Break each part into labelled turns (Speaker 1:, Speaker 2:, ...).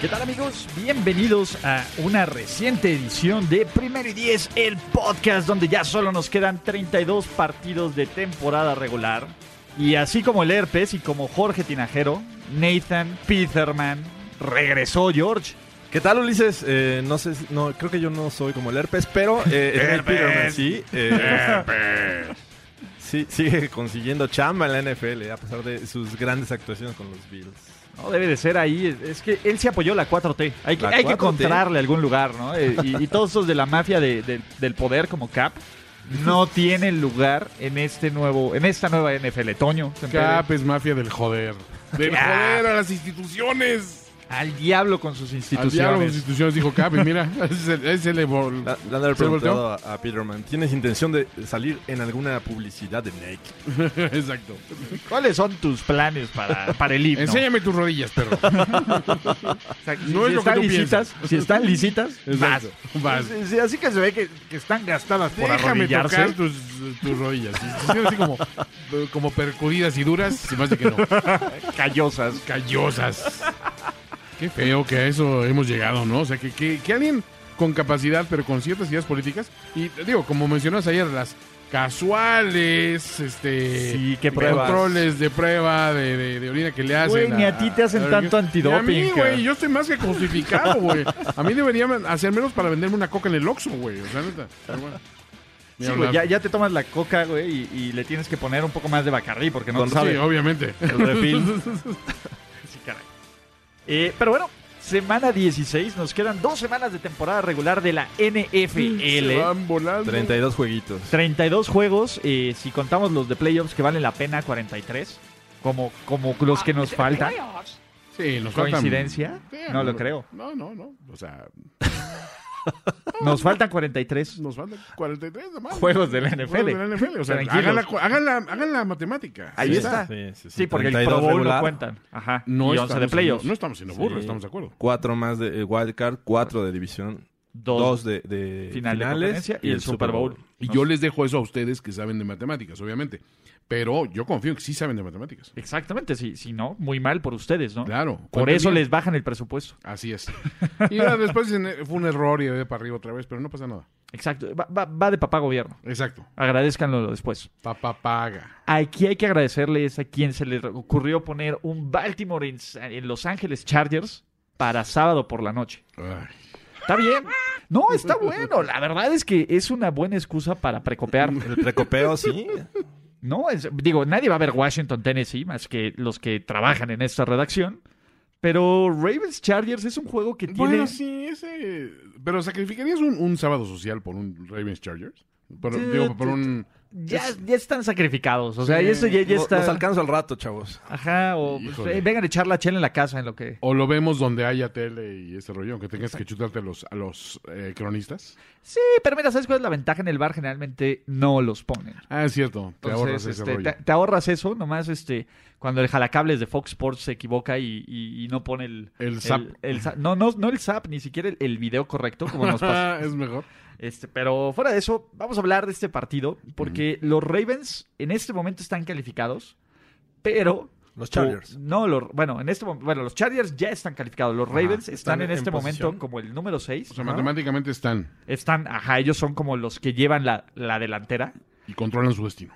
Speaker 1: ¿Qué tal amigos? Bienvenidos a una reciente edición de Primero y Diez, el podcast donde ya solo nos quedan 32 partidos de temporada regular. Y así como el Herpes y como Jorge Tinajero, Nathan Peterman regresó George.
Speaker 2: ¿Qué tal, Ulises? Eh, no sé, si- no, creo que yo no soy como el herpes, pero eh, Snake
Speaker 1: Herpes.
Speaker 2: Peterman sí, eh, sí, sigue consiguiendo chamba en la NFL a pesar de sus grandes actuaciones con los Bills.
Speaker 1: No debe de ser ahí, es que él se apoyó la 4T. Hay que,
Speaker 2: La
Speaker 1: hay que
Speaker 2: 4T.
Speaker 1: encontrarle algún lugar, ¿no? Eh, Y, y todos esos de la mafia de- de- del poder como Cap no tienen lugar en este nuevo, en esta nueva NFL. Toño, Sempere.
Speaker 3: Cap es mafia del joder. Del
Speaker 1: Cap.
Speaker 3: joder a las instituciones.
Speaker 1: al diablo con sus
Speaker 3: Al
Speaker 1: instituciones.
Speaker 3: diablo las instituciones dijo Cap. Y mira, ese ese le vol-
Speaker 2: La, le han de haber
Speaker 3: ¿Se
Speaker 2: preguntado a, a Peterman, ¿tienes intención de salir en alguna publicidad de Nike?
Speaker 1: Pues
Speaker 3: Exacto.
Speaker 1: ¿Cuáles son tus planes para, para el himno?
Speaker 3: Enséñame tus rodillas, perro.
Speaker 1: O sea, si,
Speaker 3: no
Speaker 1: si
Speaker 3: es lo que
Speaker 1: están
Speaker 3: tú
Speaker 1: lisitas, si están lisitas, vas.
Speaker 3: Exacto. Vas.
Speaker 1: Sí, sí, así que se ve que, que están gastadas por
Speaker 3: Déjame
Speaker 1: arrodillarse.
Speaker 3: tocar tus, tus rodillas. Si estuvieran así como, como percudidas y duras, se me hace que no.
Speaker 1: Callosas.
Speaker 3: Callosas. Qué feo que a eso hemos llegado, ¿no? O sea, que, que, que alguien con capacidad, pero con ciertas ideas políticas, y digo, como mencionas ayer, las casuales, este...
Speaker 1: Sí, qué pruebas.
Speaker 3: Controles de prueba, de, de, de orina que le hacen.
Speaker 1: Güey, ni a ti te hacen tanto antidoping,
Speaker 3: A mí,
Speaker 1: cara.
Speaker 3: güey, yo estoy más que justificado, güey. A mí deberían hacer menos para venderme una coca en el Oxxo, güey. O sea, neta. Pero bueno. Ni
Speaker 1: Sí, güey,
Speaker 3: hablar.
Speaker 1: ya, ya te tomas la coca, güey, y, y le tienes que poner un poco más de bacarrí porque no
Speaker 2: Con
Speaker 1: te
Speaker 3: Sí,
Speaker 1: sabe.
Speaker 3: obviamente.
Speaker 2: El refil.
Speaker 1: Sí, caray. Eh, pero bueno, semana 16. Nos quedan dos semanas de temporada regular de la
Speaker 3: Se
Speaker 1: NFL.
Speaker 3: van volando.
Speaker 2: 32 jueguitos.
Speaker 1: 32 juegos, eh, si contamos los de playoffs que valen la pena, 43. Como, como los que nos faltan.
Speaker 3: Sí, nos faltan-
Speaker 1: ¿Coincidencia?
Speaker 3: Ah, Sí,
Speaker 1: No lo creo.
Speaker 3: No, no, no. O sea,
Speaker 1: Nos faltan 43
Speaker 3: nos faltan 43 nomás.
Speaker 1: juegos de la
Speaker 3: Juegos de
Speaker 1: NFL.
Speaker 3: la NFL. O sea,
Speaker 1: Tranquilos.
Speaker 3: hagan la, cu- hagan la- hagan la matemática.
Speaker 1: Ahí
Speaker 3: Sí.
Speaker 1: está.
Speaker 2: Sí, sí, sí.
Speaker 1: Sí, porque el
Speaker 2: 32
Speaker 1: Pro Bowl lo
Speaker 2: regular,
Speaker 1: cuentan. Ajá.
Speaker 3: No
Speaker 1: y
Speaker 3: estamos
Speaker 1: 11 de playoffs.
Speaker 3: siendo- No estamos siendo burros,
Speaker 2: Sí.
Speaker 3: estamos de acuerdo.
Speaker 2: Cuatro más de eh, wildcard, cuatro de división,
Speaker 1: Dos,
Speaker 2: dos de, de
Speaker 1: final de
Speaker 2: finales
Speaker 1: conferencia y el Super Bowl.
Speaker 3: Y yo les dejo eso a ustedes que saben de matemáticas, obviamente. Pero yo confío en que sí saben de matemáticas.
Speaker 1: Exactamente, si, si no, muy mal por ustedes, ¿no?
Speaker 3: Claro.
Speaker 1: Por
Speaker 3: Cuenten
Speaker 1: eso
Speaker 3: bien.
Speaker 1: les bajan el presupuesto.
Speaker 3: Así es. Y ya después dicen, eh, fue un error y de para arriba otra vez, pero no pasa nada.
Speaker 1: Exacto. Va, va- va de papá gobierno.
Speaker 3: Exacto.
Speaker 1: Agradezcanlo después.
Speaker 3: Papá paga.
Speaker 1: Aquí hay que agradecerles a quien se le ocurrió poner un Baltimore en, en Los Ángeles Chargers para sábado por la noche.
Speaker 3: Ay.
Speaker 1: Está bien. No, está bueno. La verdad es que es una buena excusa para precopear.
Speaker 2: El precopeo, sí.
Speaker 1: No, Es- digo, nadie va a ver Washington, Tennessee, más que los que trabajan en esta redacción. Pero Ravens Chargers es un juego que tiene.
Speaker 3: Bueno, sí, ese. Pero sacrificarías un, un sábado social por un Ravens Chargers. Por, digo, por un.
Speaker 1: ya, ya están sacrificados. O sea,
Speaker 3: Sí.
Speaker 1: eso ya, ya
Speaker 2: Nos- Nos
Speaker 1: está.
Speaker 2: alcanza al rato, chavos.
Speaker 1: Ajá, o pues,
Speaker 3: Híjole.
Speaker 1: eh, vengan a echar la chela en la casa en lo que.
Speaker 3: O lo vemos donde haya tele y ese rollo, aunque tengas que chutarte a los, a los eh, cronistas.
Speaker 1: Sí, pero mira, ¿sabes cuál es la ventaja? En el bar generalmente no los ponen.
Speaker 3: Ah, es cierto. Te ahorras
Speaker 1: Entonces,
Speaker 3: ese
Speaker 1: este,
Speaker 3: rollo.
Speaker 1: te, te ahorras eso, nomás este, cuando el jalacables de Fox Sports se equivoca y, y- y no pone el...
Speaker 3: El zap.
Speaker 1: el zap. no, no, no el zap, ni siquiera el, el video correcto, como nos pasa.
Speaker 3: es mejor.
Speaker 1: Este, pero fuera de eso, vamos a hablar de este partido, porque los Ravens en este momento están calificados, pero...
Speaker 2: Los Chargers.
Speaker 1: o- no, los, bueno, en este mom- bueno, los Chargers ya están calificados. Los Ravens están,
Speaker 2: están
Speaker 1: en
Speaker 2: en
Speaker 1: este momento
Speaker 2: posición.
Speaker 1: como el número 6.
Speaker 3: O sea, matemáticamente están
Speaker 1: Están, ajá, ellos son como los que llevan la, la delantera.
Speaker 3: y controlan su destino.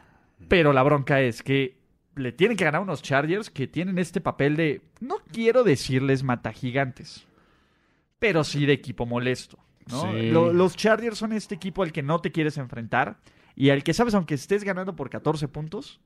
Speaker 1: Pero la bronca es que le tienen que ganar unos Chargers que tienen este papel de, no quiero decirles mata gigantes, pero sí de equipo molesto. ¿no?
Speaker 3: Sí.
Speaker 1: Lo- los Chargers son este equipo al que no te quieres enfrentar y al que sabes, aunque estés ganando por 14 puntos,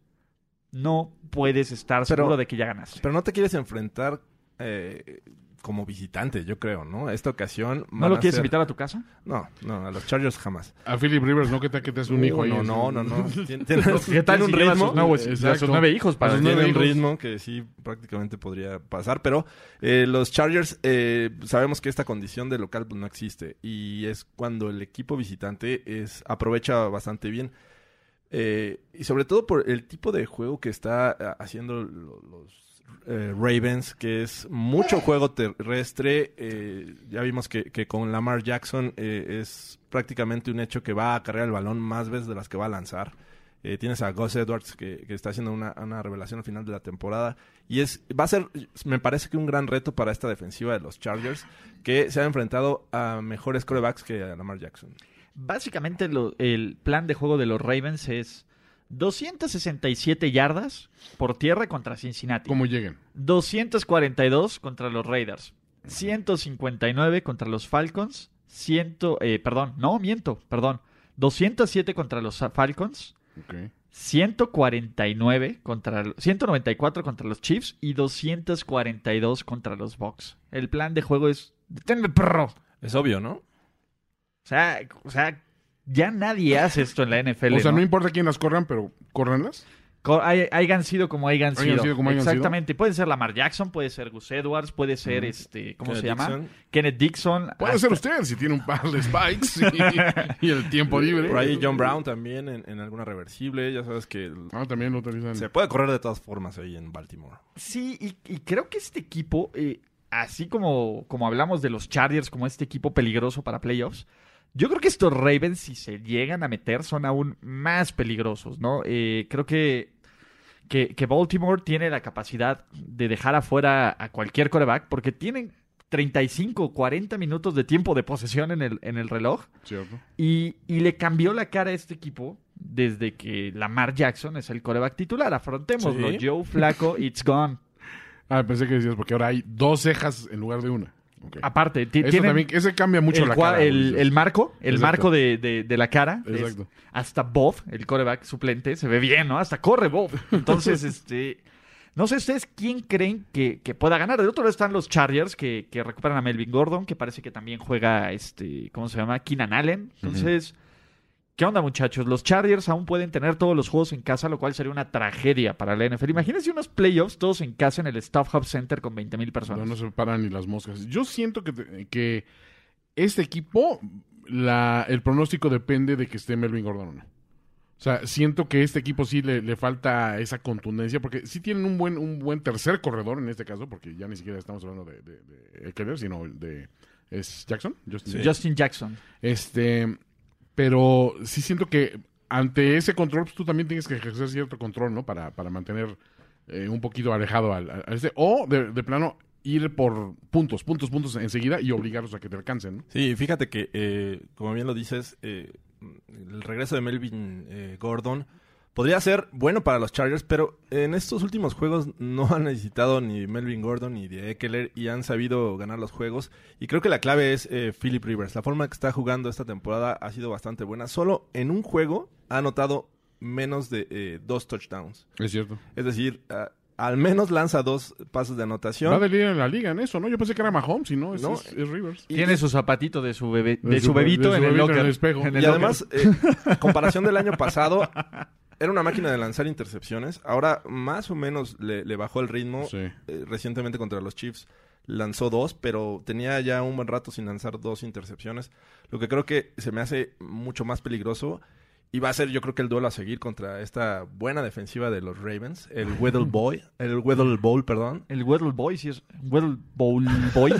Speaker 1: no puedes estar
Speaker 2: Pero-
Speaker 1: seguro de que ya ganaste.
Speaker 2: Pero no te quieres enfrentar eh, como visitante, yo creo, ¿no? Esta ocasión.
Speaker 1: ¿No
Speaker 2: van
Speaker 1: lo
Speaker 2: a
Speaker 1: quieres
Speaker 2: ser-
Speaker 1: invitar a tu casa?
Speaker 2: No, no, a los Chargers jamás.
Speaker 3: A Philip Rivers, no que te, que te es un hijo ahí.
Speaker 2: no,
Speaker 3: es-
Speaker 2: no, no, no. Tien- tienen-
Speaker 1: ¿Qué tal
Speaker 2: tienen
Speaker 1: si Pues lleva a sus nuevos-
Speaker 3: Exacto.
Speaker 1: a sus nueve hijos?
Speaker 2: Para
Speaker 1: Para
Speaker 3: sus
Speaker 2: tiene
Speaker 3: Pues
Speaker 2: un
Speaker 3: nueve hijos.
Speaker 2: ritmo que sí prácticamente podría pasar, pero eh, los Chargers eh, sabemos que esta condición de local pues, no existe y es cuando el equipo visitante es aprovecha bastante bien. Eh, y sobre todo por el tipo de juego que está ah, haciendo lo- los eh, Ravens, que es mucho juego terrestre. Eh, ya vimos que, que con Lamar Jackson eh, es prácticamente un hecho que va a cargar el balón más veces de las que va a lanzar. Eh, tienes a Gus Edwards que, que está haciendo una, una revelación al final de la temporada. Y es va a ser, me parece que un gran reto para esta defensiva de los Chargers, que se ha enfrentado a mejores corebacks que a Lamar Jackson.
Speaker 1: Básicamente lo- el plan de juego de los Ravens es 267 yardas por tierra contra Cincinnati.
Speaker 3: ¿Cómo lleguen?
Speaker 1: 242 contra los Raiders. 159 contra los Falcons. 100, eh, perdón, no, miento, perdón. 207 contra los Falcons.
Speaker 3: Ok.
Speaker 1: 149 contra 194 contra los Chiefs y 242 contra los Bucks. El plan de juego es deténme perro.
Speaker 2: Es obvio, ¿no?
Speaker 1: O sea, o sea, ya nadie hace esto en la NFL.
Speaker 3: O sea, no
Speaker 1: ¿no?
Speaker 3: importa quién las corran, pero córranlas.
Speaker 1: Co- hay- Hayan sido como hayan sido.
Speaker 3: sido como hayan sido.
Speaker 1: Exactamente. Puede ser Lamar Jackson, puede ser Gus Edwards, puede ser este, ¿cómo se
Speaker 2: Kenneth
Speaker 1: llama?
Speaker 2: Dixon.
Speaker 1: Kenneth Dixon.
Speaker 3: Puede ser usted si tiene un par de spikes y, y el tiempo libre.
Speaker 2: Por ahí John Brown también en, en alguna reversible. Ya sabes que el-
Speaker 3: Ah, también lo utilizan.
Speaker 2: se puede correr de todas formas ahí en Baltimore.
Speaker 1: Ah, Sí, y, y creo que este equipo, eh, así como, como hablamos de los Chargers, como este equipo peligroso para playoffs, yo creo que estos Ravens, si se llegan a meter, son aún más peligrosos, ¿no? Eh, creo que, que, que Baltimore tiene la capacidad de dejar afuera a cualquier coreback porque tienen 35, 40 minutos de tiempo de posesión en el, en el reloj.
Speaker 3: Cierto.
Speaker 1: Y, y le cambió la cara a este equipo desde que Lamar Jackson es el coreback titular. Afrontémoslo.
Speaker 2: Sí.
Speaker 1: Joe Flaco, it's gone.
Speaker 3: Ah, pensé que decías porque ahora hay dos cejas en lugar de una. Ok.
Speaker 1: Aparte, ti-
Speaker 3: Eso
Speaker 1: Ah, tienen
Speaker 3: también, ese cambia mucho
Speaker 1: el,
Speaker 3: la
Speaker 1: cua-
Speaker 3: cara.
Speaker 1: el-
Speaker 3: Ulises.
Speaker 1: el marco, el
Speaker 3: Exacto.
Speaker 1: marco de, de- de la cara. es-
Speaker 3: Exacto.
Speaker 1: hasta Bob, el coreback suplente, se ve bien, ¿no? Hasta corre Bob. Entonces, este. No sé ustedes quién creen que, que pueda ganar. De otro lado están los Chargers que, que recuperan a Melvin Gordon, que parece que también juega este. ¿Cómo se llama? Keenan Allen. Entonces. ¿Qué onda, muchachos? Los Chargers aún pueden tener todos los juegos en casa, lo cual sería una tragedia para la NFL. Imagínense unos playoffs todos en casa en el Staff Hub Center con 20.000
Speaker 3: No,
Speaker 1: personas.
Speaker 3: no se paran ni las moscas. Yo siento que, te- que este equipo, la, el pronóstico depende de que esté Melvin Gordon o no. O sea, siento que este equipo sí le, le falta esa contundencia, porque sí tienen un buen, un buen tercer corredor en este caso, porque ya ni siquiera estamos hablando de, de, de Eckler, sino de es Jackson. Justin Jackson.
Speaker 1: Justin Jackson.
Speaker 3: Este, pero sí siento que ante ese control, pues tú también tienes que ejercer cierto control, ¿no? Para, para mantener eh, un poquito alejado al, al- a este. O de, de plano ir por puntos, puntos, puntos enseguida y obligarlos a que te alcancen, ¿no?
Speaker 2: Sí, fíjate que, eh, como bien lo dices, eh, el regreso de Melvin eh, Gordon podría ser bueno para los Chargers, pero en estos últimos juegos no han necesitado ni Melvin Gordon ni de Eckler y han sabido ganar los juegos. Y creo que la clave es eh, Philip Rivers. La forma que está jugando esta temporada ha sido bastante buena. Solo en un juego ha anotado menos de eh, dos touchdowns.
Speaker 3: Es cierto.
Speaker 2: Es decir, ah, al menos lanza dos pases de anotación.
Speaker 3: Va de líder en la liga en eso, ¿no? Yo pensé que era Mahomes y no, es,
Speaker 2: No.
Speaker 3: es- es Rivers.
Speaker 1: Tiene su zapatito de su bebé, de,
Speaker 3: De
Speaker 1: su,
Speaker 3: su-
Speaker 1: bebito
Speaker 3: de
Speaker 1: en
Speaker 3: su
Speaker 1: el
Speaker 3: bebito en
Speaker 1: locker.
Speaker 3: el espejo.
Speaker 1: En
Speaker 2: Y
Speaker 1: locker.
Speaker 2: además, eh, comparación del año pasado, era una máquina de lanzar intercepciones. Ahora más o menos le, le bajó el ritmo.
Speaker 3: Sí.
Speaker 2: Eh, recientemente contra los Chiefs lanzó dos, pero tenía ya un buen rato sin lanzar dos intercepciones. Lo que creo que se me hace mucho más peligroso. Y va a ser, yo creo que el duelo a seguir contra esta buena defensiva de los Ravens, el Weddle Boy, el Weddle Bowl, perdón.
Speaker 1: El Weddle Boy, sí es. Weddle Bowl Boy.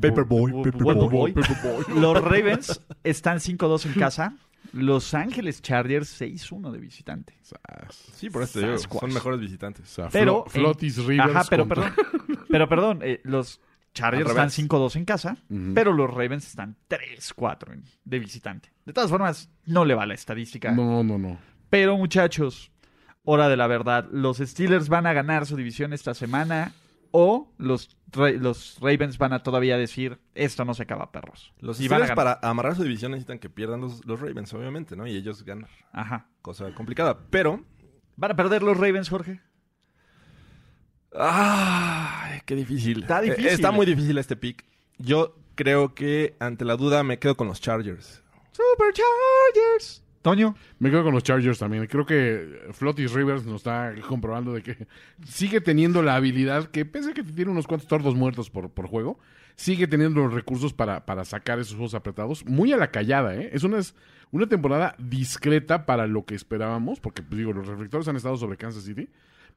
Speaker 2: Paper Boy,
Speaker 1: Weddle
Speaker 2: Paper
Speaker 1: Boy.
Speaker 2: Boy.
Speaker 1: Los Ravens están 5-2 en casa. Los Ángeles Chargers 6-1 de visitante.
Speaker 3: Sas.
Speaker 2: Sí, por eso te digo,
Speaker 1: Sasquatch.
Speaker 2: son mejores visitantes.
Speaker 3: Sa-
Speaker 1: Pero,
Speaker 3: Flo- Flotis
Speaker 1: en-
Speaker 3: Rivers.
Speaker 1: Ajá, pero
Speaker 3: contra-
Speaker 1: perdón. Pero perdón, eh, los Chargers
Speaker 2: Al
Speaker 1: están
Speaker 2: revés.
Speaker 1: 5-2 en casa,
Speaker 3: Ujú.
Speaker 1: pero los Ravens están 3-4 en- de visitante. De todas formas, no le va la estadística.
Speaker 3: No, no, no.
Speaker 1: Pero muchachos, hora de la verdad. Los Steelers van a ganar su división esta semana o los, Ra- los Ravens van a todavía decir, esto no se acaba, perros.
Speaker 2: Los
Speaker 1: Y van a
Speaker 2: Steelers para amarrar su división necesitan que pierdan los, los Ravens, obviamente, ¿no? Y ellos ganar.
Speaker 1: Ajá.
Speaker 2: Cosa complicada, pero
Speaker 1: ¿Van a perder los Ravens, Jorge?
Speaker 2: Ay, qué difícil.
Speaker 1: Está
Speaker 2: Eh,
Speaker 1: difícil.
Speaker 2: Está muy difícil este pick. Yo creo que ante la duda me quedo con los Chargers. Superchargers.
Speaker 1: Toño.
Speaker 3: Me quedo con los Chargers también. Creo que Flotis Rivers nos está comprobando de que sigue teniendo la habilidad que, pese a que tiene unos cuantos tordos muertos por, por juego, sigue teniendo los recursos para, para sacar esos juegos apretados. Muy a la callada, ¿eh? Es una, es una temporada discreta para lo que esperábamos, porque, pues, digo, los reflectores han estado sobre Kansas City,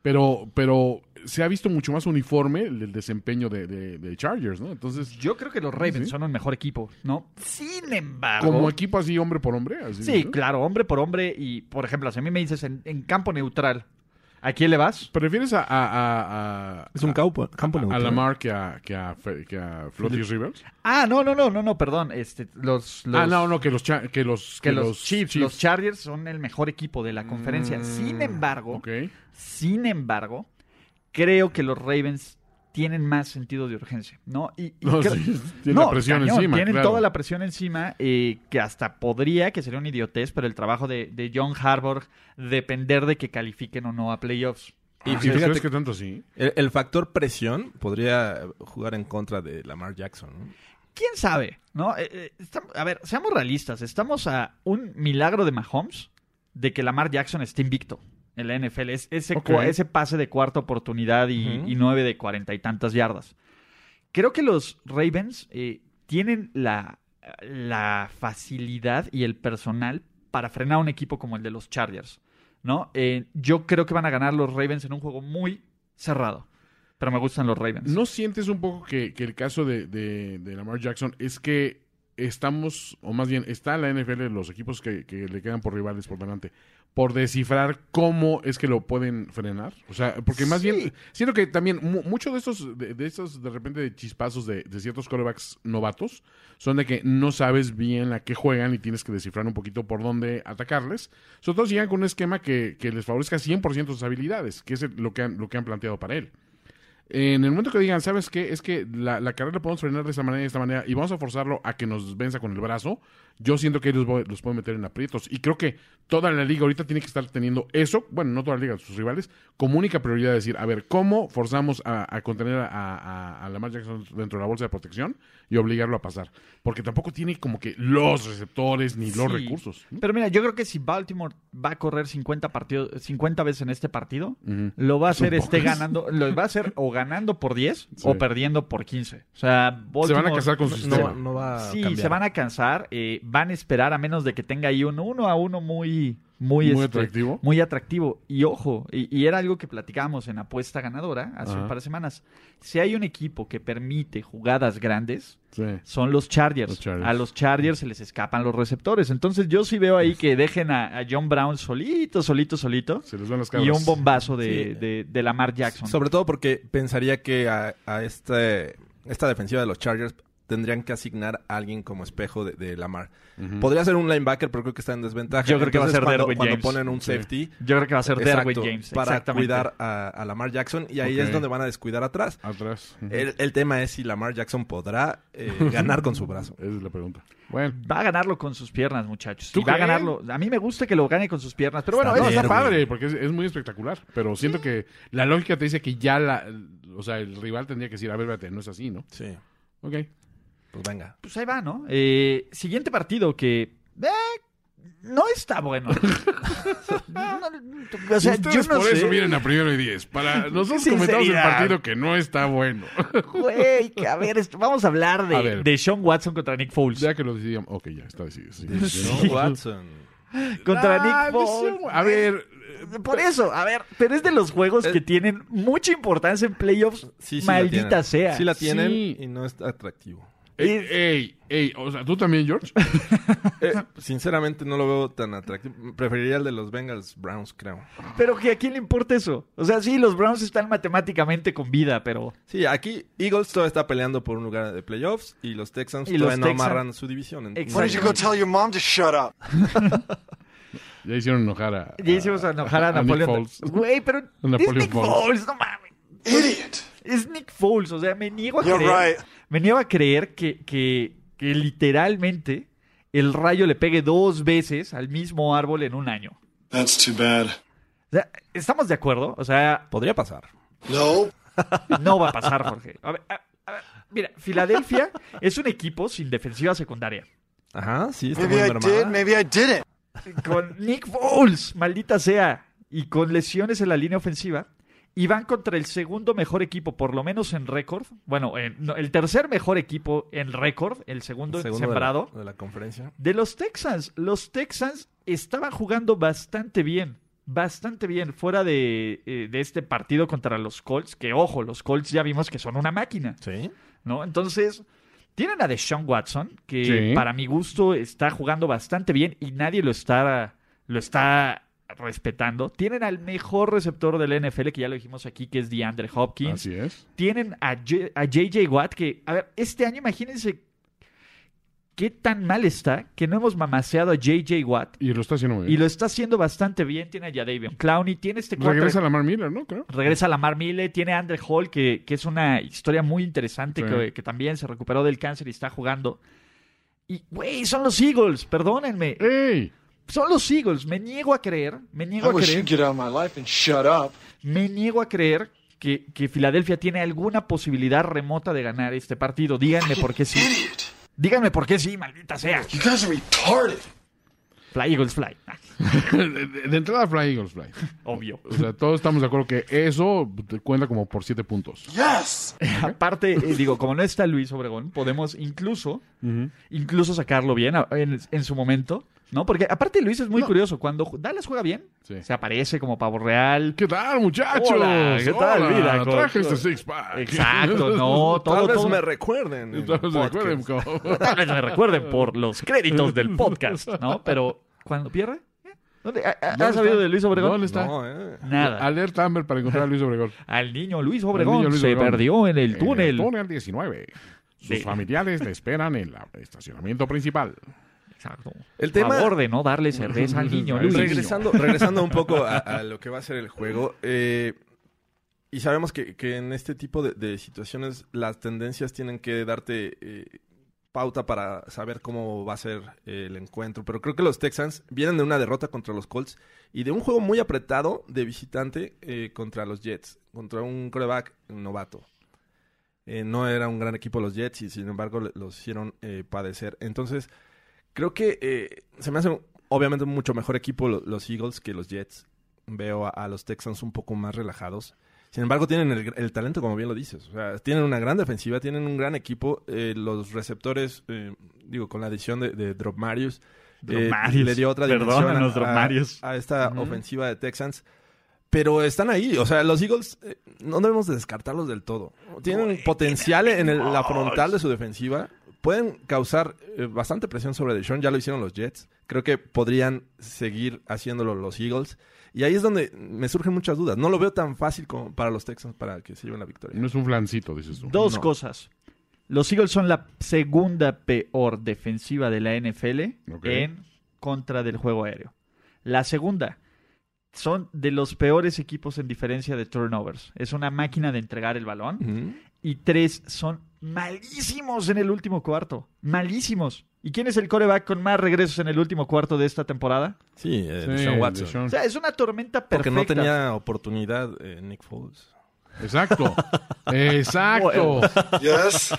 Speaker 3: pero, pero se ha visto mucho más uniforme el, el desempeño de, de- de Chargers, ¿no? Entonces,
Speaker 1: Yo creo que los Ravens
Speaker 3: Sí.
Speaker 1: son un mejor equipo, ¿no? Sin embargo.
Speaker 3: como equipo así, hombre por hombre, así.
Speaker 1: Sí,
Speaker 3: ¿no?
Speaker 1: claro, hombre por hombre. Y, por ejemplo, si a mí me dices en, en campo neutral, ¿a quién le vas?
Speaker 3: ¿Prefieres a- a- a- a,
Speaker 2: Es un campo, campo
Speaker 3: a
Speaker 2: neutral.
Speaker 3: Lamar que a, que a, Fe- que a Flotty Rivers.
Speaker 1: Ah, no, no, no, no, no, perdón. Este, los, los-
Speaker 3: ah, no, no, que los, cha- que los, Mm,
Speaker 1: Que los, Chiefs, los Chargers son el mejor equipo de la conferencia. Sin embargo,
Speaker 3: Ok.
Speaker 1: sin embargo, creo que los Ravens tienen más sentido de urgencia, ¿no? Y, y
Speaker 3: No,
Speaker 1: creo-
Speaker 3: sí, tiene la presión
Speaker 1: cañón,
Speaker 3: encima.
Speaker 1: Tienen
Speaker 3: claro.
Speaker 1: toda la presión encima eh, que hasta podría, que sería una idiotez, pero el trabajo de, de John Harbaugh depender de que califiquen o no a playoffs.
Speaker 2: Y
Speaker 3: Ah, sí,
Speaker 2: fíjate
Speaker 3: ¿crees
Speaker 2: que-
Speaker 3: que tanto sí.
Speaker 2: El, el factor presión podría jugar en contra de Lamar Jackson. ¿no?
Speaker 1: ¿Quién sabe? ¿No? Eh, eh, estam- a ver, seamos realistas. Estamos a un milagro de Mahomes de que Lamar Jackson esté invicto en la NFL. Es, ese,
Speaker 3: Ok.
Speaker 1: cua- ese pase de cuarta oportunidad y,
Speaker 2: Ujú.
Speaker 1: y nueve de cuarenta y tantas yardas. Creo que los Ravens eh, tienen la, la facilidad y el personal para frenar a un equipo como el de los Chargers. ¿no? Eh, yo creo que van a ganar los Ravens en un juego muy cerrado. Pero me gustan los Ravens.
Speaker 3: ¿No sientes un poco que, que el caso de, de- de Lamar Jackson es que estamos, o más bien, está la NFL, los equipos que, que le quedan por rivales por delante, por descifrar cómo es que lo pueden frenar? O sea, porque más bien, siento que también mu- muchos de estos, de, de estos, de repente, de chispazos de, de ciertos corebacks novatos, son de que no sabes bien a qué juegan y tienes que descifrar un poquito por dónde atacarles. Sobre todo si llegan con un esquema que, que les favorezca 100% sus habilidades, que es el- lo que han, lo que han planteado para él. En el momento que digan, ¿sabes qué? Es que la, la carrera la podemos frenar de esta manera y de esta manera y vamos a forzarlo a que nos venza con el brazo, yo siento que ellos vo- los pueden meter en aprietos. Y creo que toda la liga ahorita tiene que estar teniendo eso, bueno, no toda la liga, sus rivales, como única prioridad de decir, a ver, ¿cómo forzamos a, a contener a, a, a Lamar Jackson dentro de la bolsa de protección y obligarlo a pasar? Porque tampoco tiene como que los receptores ni los
Speaker 1: Sí.
Speaker 3: recursos. ¿no?
Speaker 1: Pero mira, yo creo que si Baltimore va a correr 50, partidos, 50 veces en este partido,
Speaker 3: Ujú.
Speaker 1: lo va a
Speaker 3: Son
Speaker 1: hacer esté
Speaker 3: pocas.
Speaker 1: ganando, lo va a hacer o ganando por 10
Speaker 3: Sí.
Speaker 1: o perdiendo por 15. O sea,
Speaker 3: Se
Speaker 1: Baltimore-
Speaker 3: van a casar con su
Speaker 2: Pues No,
Speaker 3: sistema.
Speaker 2: va- no va a
Speaker 1: Sí,
Speaker 2: cambiar.
Speaker 1: se van a cansar, eh, van a esperar a menos de que tenga ahí un uno a uno muy muy,
Speaker 3: Muy
Speaker 1: este,
Speaker 3: atractivo.
Speaker 1: muy atractivo. Y ojo, y, y era algo que platicábamos en apuesta ganadora hace
Speaker 3: Ajá.
Speaker 1: un par de semanas. Si hay un equipo que permite jugadas grandes,
Speaker 3: Sí.
Speaker 1: son los Chargers.
Speaker 3: Los Chargers.
Speaker 1: A los Chargers se les escapan los receptores. Entonces yo sí veo ahí que dejen a, a John Brown solito, solito, solito.
Speaker 3: Se les van las cabras.
Speaker 1: Y un bombazo de,
Speaker 2: Sí.
Speaker 1: de- de Lamar Jackson.
Speaker 2: Sobre todo porque pensaría que a, a este, esta defensiva de los Chargers tendrían que asignar a alguien como espejo de, de Lamar.
Speaker 3: Ujú.
Speaker 2: Podría ser un linebacker, pero creo que está en desventaja.
Speaker 1: Yo creo que va a ser
Speaker 2: cuando,
Speaker 1: Derwin
Speaker 2: cuando
Speaker 1: James.
Speaker 2: ponen un
Speaker 3: Sí.
Speaker 2: safety.
Speaker 1: Yo creo que va a ser
Speaker 2: exacto,
Speaker 1: Derwin James.
Speaker 2: para
Speaker 1: exactamente.
Speaker 2: cuidar a, a Lamar Jackson y ahí
Speaker 3: Ok.
Speaker 2: es donde van a descuidar atrás.
Speaker 3: Atrás. Ujú.
Speaker 2: El, el tema es si Lamar Jackson podrá eh, ganar con su brazo.
Speaker 3: Esa es la pregunta. Bueno,
Speaker 1: Va a ganarlo con sus piernas, muchachos.
Speaker 3: ¿Tú
Speaker 1: Y va a
Speaker 3: crees?
Speaker 1: ganarlo. A mí me gusta que lo gane con sus piernas. Pero bueno,
Speaker 3: no,
Speaker 2: Está
Speaker 1: es-
Speaker 3: está
Speaker 2: Derwin.
Speaker 3: padre porque es, es muy espectacular. Pero siento que la lógica te dice que ya la. O sea, el rival tendría que decir, a ver, espérate, no es así, ¿no?
Speaker 2: Sí,
Speaker 3: Ok.
Speaker 2: pues venga.
Speaker 1: pues ahí va, ¿no? Eh, siguiente partido que. eh, no está bueno. No, o sea,
Speaker 3: Ustedes
Speaker 1: yo no
Speaker 3: por eso
Speaker 1: sé.
Speaker 3: vienen a primero y diez. Para nosotros
Speaker 1: Qué
Speaker 3: comentamos el
Speaker 1: sinceridad.
Speaker 3: partido que no está bueno.
Speaker 1: Güey, que a ver, esto- vamos a hablar de,
Speaker 3: A ver.
Speaker 1: de Sean Watson contra Nick Foles.
Speaker 3: ya que lo decidíamos. Ok, ya está decidido. sí.
Speaker 2: Deshaun Watson.
Speaker 1: contra
Speaker 3: Ah,
Speaker 1: Nick Foles.
Speaker 3: A ver. eh,
Speaker 1: Por eso, a ver, pero es de los juegos que tienen mucha importancia en playoffs,
Speaker 2: Sí, sí la
Speaker 1: maldita
Speaker 2: tienen.
Speaker 1: sea.
Speaker 2: Sí la tienen
Speaker 3: Sí.
Speaker 2: y no es atractivo.
Speaker 3: Ey, eh, ey, ey, o sea, tú también, George.
Speaker 2: Eh, sinceramente no lo veo tan atractivo. Preferiría el de los Bengals Browns, creo.
Speaker 1: Pero que a quién le importa eso. O sea, sí, los Browns están matemáticamente con vida, pero
Speaker 2: Sí, aquí Eagles todavía está peleando por un lugar de playoffs y los Texans
Speaker 1: Y los
Speaker 2: todavía no
Speaker 1: Texans-
Speaker 2: amarran su división. Entonces,
Speaker 4: Why don't you go tell your mom to shut up?
Speaker 3: Ya hicieron enojar a.
Speaker 1: ya hicimos enojar a,
Speaker 3: a Nick
Speaker 1: Napoleon.
Speaker 3: Foles.
Speaker 1: Güey, pero es
Speaker 3: Napoleon
Speaker 1: Nick
Speaker 3: Foles.
Speaker 1: Foles. no mames.
Speaker 4: Idiot.
Speaker 1: Es Nick Foles, o sea, me niego a
Speaker 4: You're
Speaker 1: creer.
Speaker 4: right.
Speaker 1: Me niego a creer que, que, que literalmente el rayo le pegue dos veces al mismo árbol en un año.
Speaker 4: That's too bad.
Speaker 1: O sea, ¿estamos de acuerdo? O sea,
Speaker 2: Podría pasar.
Speaker 4: No.
Speaker 1: No va a pasar, Jorge. A ver, a- a ver, mira, Filadelfia es un equipo sin defensiva secundaria.
Speaker 2: Ajá, sí, está
Speaker 4: Maybe
Speaker 2: muy
Speaker 4: I
Speaker 2: mermada.
Speaker 4: did, maybe I didn't.
Speaker 1: Con Nick Foles, maldita sea, y con lesiones en la línea ofensiva. Y van contra el segundo mejor equipo, por lo menos en récord. Bueno, en- no, el tercer mejor equipo en récord, el segundo, en
Speaker 2: Segundo de la-
Speaker 1: sembrado.
Speaker 2: De la, conferencia.
Speaker 1: De los Texans. Los Texans estaban jugando bastante bien. Bastante bien. Fuera de, eh, de este partido contra los Colts. Que ojo, los Colts ya vimos que son una máquina.
Speaker 2: Sí.
Speaker 1: ¿No? Entonces. Tienen a Deshaun Watson, que
Speaker 3: Sí.
Speaker 1: para mi gusto está jugando bastante bien y nadie lo está, lo está respetando. Tienen al mejor receptor del NFL, que ya lo dijimos aquí, que es DeAndre Hopkins
Speaker 3: Así es.
Speaker 1: tienen a, J- a JJ Watt, que, a ver, este año imagínense qué tan mal está que no hemos mamaseado a JJ Watt
Speaker 3: Y lo está haciendo muy
Speaker 1: y
Speaker 3: bien.
Speaker 1: lo está haciendo bastante bien. Tiene a Jadavion Clowney, tiene este cuatro-
Speaker 3: Regresa Lamar Miller, ¿no? Creo.
Speaker 1: Regresa Lamar Miller, tiene a Andre Hall, que, que es una historia muy interesante,
Speaker 3: Sí.
Speaker 1: que, que también se recuperó del cáncer y está jugando. Y, güey, son los Eagles, perdónenme.
Speaker 3: ¡Ey!
Speaker 1: Son los Eagles, me niego a creer, me
Speaker 4: I
Speaker 1: niego a
Speaker 4: wish
Speaker 1: creer.
Speaker 4: you'd get out of my life and shut up.
Speaker 1: Me niego a creer que, que Filadelfia tiene alguna posibilidad remota de ganar este partido. Díganme por qué sí.
Speaker 4: Idiot.
Speaker 1: Díganme por qué sí, maldita sea.
Speaker 4: You guys are retarded.
Speaker 1: Fly Eagles Fly. Ah,
Speaker 3: De, de- de entrada, Fly Eagles Fly.
Speaker 1: Obvio.
Speaker 3: O sea, todos estamos de acuerdo que eso te cuenta como por siete puntos.
Speaker 4: Yes.
Speaker 1: Aparte, eh, digo, como no está Luis Obregón, podemos incluso, incluso sacarlo bien a- en, en su momento, ¿no? Porque aparte Luis es muy curioso. Cuando ju- Dallas juega bien,
Speaker 3: Sí.
Speaker 1: se aparece como pavo real.
Speaker 3: ¿Qué tal, muchachos?
Speaker 1: Hola, ¿qué tal,
Speaker 3: Hola,
Speaker 1: vida,
Speaker 3: Traje
Speaker 1: coach?
Speaker 3: este six pack.
Speaker 1: Exacto, no,
Speaker 2: Tal
Speaker 1: todo,
Speaker 2: vez
Speaker 1: todo.
Speaker 2: me recuerden. en
Speaker 3: Tal vez se
Speaker 2: podcast.
Speaker 3: recuerden, co-
Speaker 1: Tal vez me recuerden por los créditos del podcast, ¿no? Pero cuando pierde, ¿eh? ¿dónde? ¿Ha- ha-
Speaker 3: ¿Dónde
Speaker 1: ¿Has sabido
Speaker 3: está?
Speaker 1: de Luis Obregón?
Speaker 3: ¿Dónde está?
Speaker 2: No, eh.
Speaker 1: Nada.
Speaker 3: Alerta Amber para encontrar a Luis Obregón.
Speaker 1: Al niño Luis Obregón
Speaker 3: niño Luis
Speaker 1: se
Speaker 3: Obregón.
Speaker 1: perdió en el túnel.
Speaker 3: En el túnel 19. Sus
Speaker 1: Sí.
Speaker 3: familiares le esperan en el estacionamiento principal.
Speaker 1: Exacto.
Speaker 2: El tema-
Speaker 1: favor de no darle cerveza al niño Luis.
Speaker 2: Regresando, regresando un poco a, a lo que va a ser el juego. eh, y sabemos que, que en este tipo de, de situaciones las tendencias tienen que darte eh, pauta para saber cómo va a ser eh, el encuentro. Pero creo que los Texans vienen de una derrota contra los Colts y de un juego muy apretado de visitante eh, contra los Jets, contra un coreback novato. Eh, no era un gran equipo los Jets y sin embargo le- los hicieron eh, padecer. Entonces, creo que eh, se me hace un- obviamente un mucho mejor equipo lo- los Eagles que los Jets. Veo a, a los Texans un poco más relajados. Sin embargo, tienen el, el talento, como bien lo dices. O sea, tienen una gran defensiva, tienen un gran equipo. eh, los receptores, eh, digo, con la adición de, de Drop Marius, eh,
Speaker 1: Dromarius.
Speaker 2: le dio otra
Speaker 1: Perdónanos,
Speaker 2: dimensión a-
Speaker 1: Dromarius.
Speaker 2: a, a esta
Speaker 1: Ujú.
Speaker 2: ofensiva de Texans. Pero están ahí, o sea, los Eagles eh, no debemos de descartarlos del todo. Tienen potencial en el- la frontal de su defensiva. Pueden causar eh, bastante presión sobre Deshaun, ya lo hicieron los Jets. Creo que podrían seguir haciéndolo los Eagles. Y ahí es donde me surgen muchas dudas. No lo veo tan fácil como para los Texans para que se lleven la victoria.
Speaker 3: No es un flancito, dices tú.
Speaker 1: Dos
Speaker 2: No.
Speaker 1: cosas. Los Eagles son la segunda peor defensiva de la NFL
Speaker 3: Ok.
Speaker 1: en contra del juego aéreo. La segunda, son de los peores equipos en diferencia de turnovers. Es una máquina de entregar el balón.
Speaker 2: Ujú.
Speaker 1: y tres son malísimos en el último cuarto. Malísimos. ¿Y quién es el coreback con más regresos en el último cuarto de esta temporada?
Speaker 2: Sí, eh,
Speaker 3: Sí,
Speaker 2: Deshaun Watson.
Speaker 3: Deshaun.
Speaker 1: O sea, es una tormenta
Speaker 2: Porque
Speaker 1: perfecta.
Speaker 2: no tenía oportunidad eh, Nick Foles.
Speaker 3: Exacto. Exacto.
Speaker 4: Yes.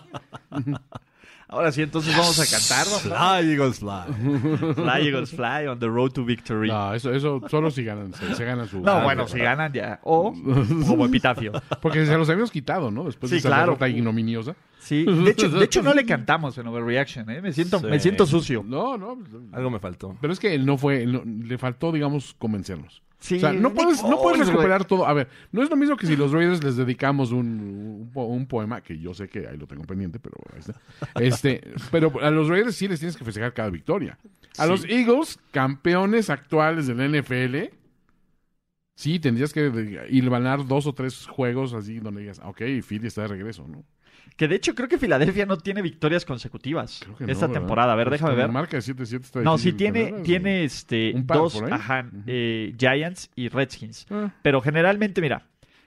Speaker 1: Ahora sí, entonces vamos a cantar. ¿no?
Speaker 2: Fly, Eagles, fly.
Speaker 1: Fly Eagles Fly on the road to victory. No,
Speaker 3: No, eso, eso solo si ganan, se, se ganan su. Ah,
Speaker 1: bueno, si ganan ya. O como epitafio.
Speaker 3: Porque se los habíamos quitado, ¿no? Después de
Speaker 1: Sí,
Speaker 3: esa
Speaker 1: claro.
Speaker 3: derrota ignominiosa.
Speaker 1: Sí. De hecho, de hecho no le cantamos en Overreaction. ¿eh? Me, siento,
Speaker 2: Sí.
Speaker 1: me siento sucio.
Speaker 3: No, no. pues,
Speaker 2: Algo me faltó.
Speaker 3: Pero es que él no fue, él no- le faltó, digamos, convencernos.
Speaker 1: Sí,
Speaker 3: o sea, no
Speaker 1: Nick
Speaker 3: puedes, no puedes
Speaker 1: Foles,
Speaker 3: recuperar todo. A ver, no es lo mismo que si los Raiders les dedicamos un, un po- un poema, que yo sé que ahí lo tengo pendiente, pero ahí está. Este, pero a los Raiders sí les tienes que festejar cada victoria. A los Eagles, campeones actuales del NFL, sí tendrías que de- hilvanar dos o tres juegos así donde digas, ok, Philly está de regreso, ¿no?
Speaker 1: Que de hecho creo que Filadelfia no tiene victorias consecutivas
Speaker 3: Creo que no,
Speaker 1: esta
Speaker 3: ¿verdad?
Speaker 1: temporada. A ver,
Speaker 3: Pues
Speaker 1: déjame
Speaker 3: con
Speaker 1: ver.
Speaker 3: Marca de 7-7 está
Speaker 1: No,
Speaker 3: difícil
Speaker 1: sí tiene,
Speaker 3: tenerlas,
Speaker 1: tiene este
Speaker 3: Un par
Speaker 1: dos
Speaker 3: por ahí.
Speaker 1: ajá,
Speaker 3: Ujú.
Speaker 1: eh, Giants y Redskins.
Speaker 3: ¿no? Ah,
Speaker 1: Pero generalmente, mira,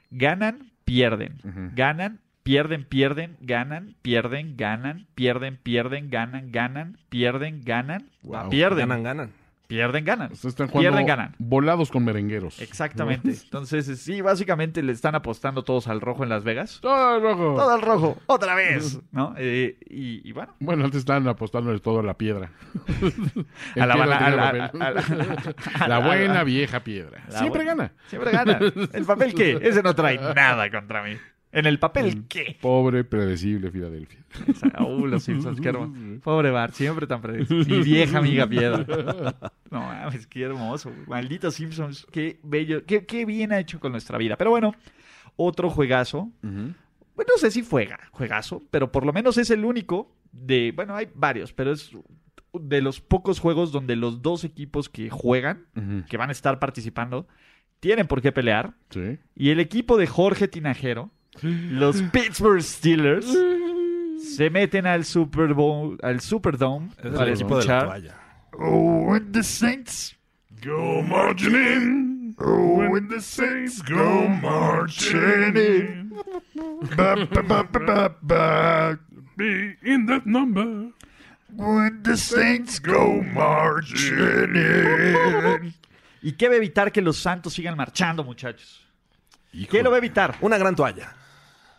Speaker 1: ganan, pierden,
Speaker 3: Ujú.
Speaker 1: ganan, pierden, pierden, ganan, pierden, ganan, pierden, pierden, ganan, ganan, pierden, ganan,
Speaker 2: Wow.
Speaker 1: pierden.
Speaker 2: Ganan, ganan.
Speaker 1: pierden, ganan.
Speaker 3: Ustedes están jugando
Speaker 1: Pierden, ganan.
Speaker 3: volados con merengueros.
Speaker 1: Exactamente. Entonces, sí, básicamente le están apostando todos al rojo en Las Vegas.
Speaker 3: Todo el rojo.
Speaker 1: Todo al rojo, otra vez, ¿no? Eh, y, y bueno,
Speaker 3: Bueno, antes estaban apostándole todo a la piedra. En
Speaker 1: A la
Speaker 3: piedra
Speaker 1: bala-
Speaker 3: tiene
Speaker 1: a la-
Speaker 3: papel.
Speaker 1: a la-
Speaker 3: La
Speaker 1: a la-
Speaker 3: buena vieja piedra.
Speaker 1: La
Speaker 3: Siempre
Speaker 1: buena.
Speaker 3: gana.
Speaker 1: siempre ganan. ¿El papel qué? Ese no trae nada contra mí. ¿En el papel qué?
Speaker 3: Pobre, predecible Filadelfia.
Speaker 1: Uh, los Simpsons, qué hermoso. Pobre Bart, siempre tan predecible. Mi vieja amiga piedra. No mames, qué hermoso. güey. Malditos Simpsons, qué bello, qué, qué bien ha hecho con nuestra vida. Pero bueno, otro juegazo. Bueno, no sé si juega, juegazo, pero por lo menos es el único de. Bueno, hay varios, pero es de los pocos juegos donde los dos equipos que juegan,
Speaker 3: Ujú.
Speaker 1: que van a estar participando, tienen por qué pelear.
Speaker 3: Sí.
Speaker 1: Y el equipo de Jorge Tinajero, los Pittsburgh Steelers, se meten al Super Bowl, al Superdome
Speaker 2: Es el
Speaker 1: para
Speaker 2: equipo de la
Speaker 1: escuchar.
Speaker 2: toalla.
Speaker 1: Oh, and the Saints.
Speaker 3: Go marching in. Oh, when the Saints go marching in. Ba, ba, ba, ba, ba, ba. Be in that number. When the Saints go marching in.
Speaker 1: ¿Y qué va a evitar que los Santos sigan marchando, muchachos? ¿Qué
Speaker 3: Híjole.
Speaker 1: lo va a evitar?
Speaker 2: Una gran toalla.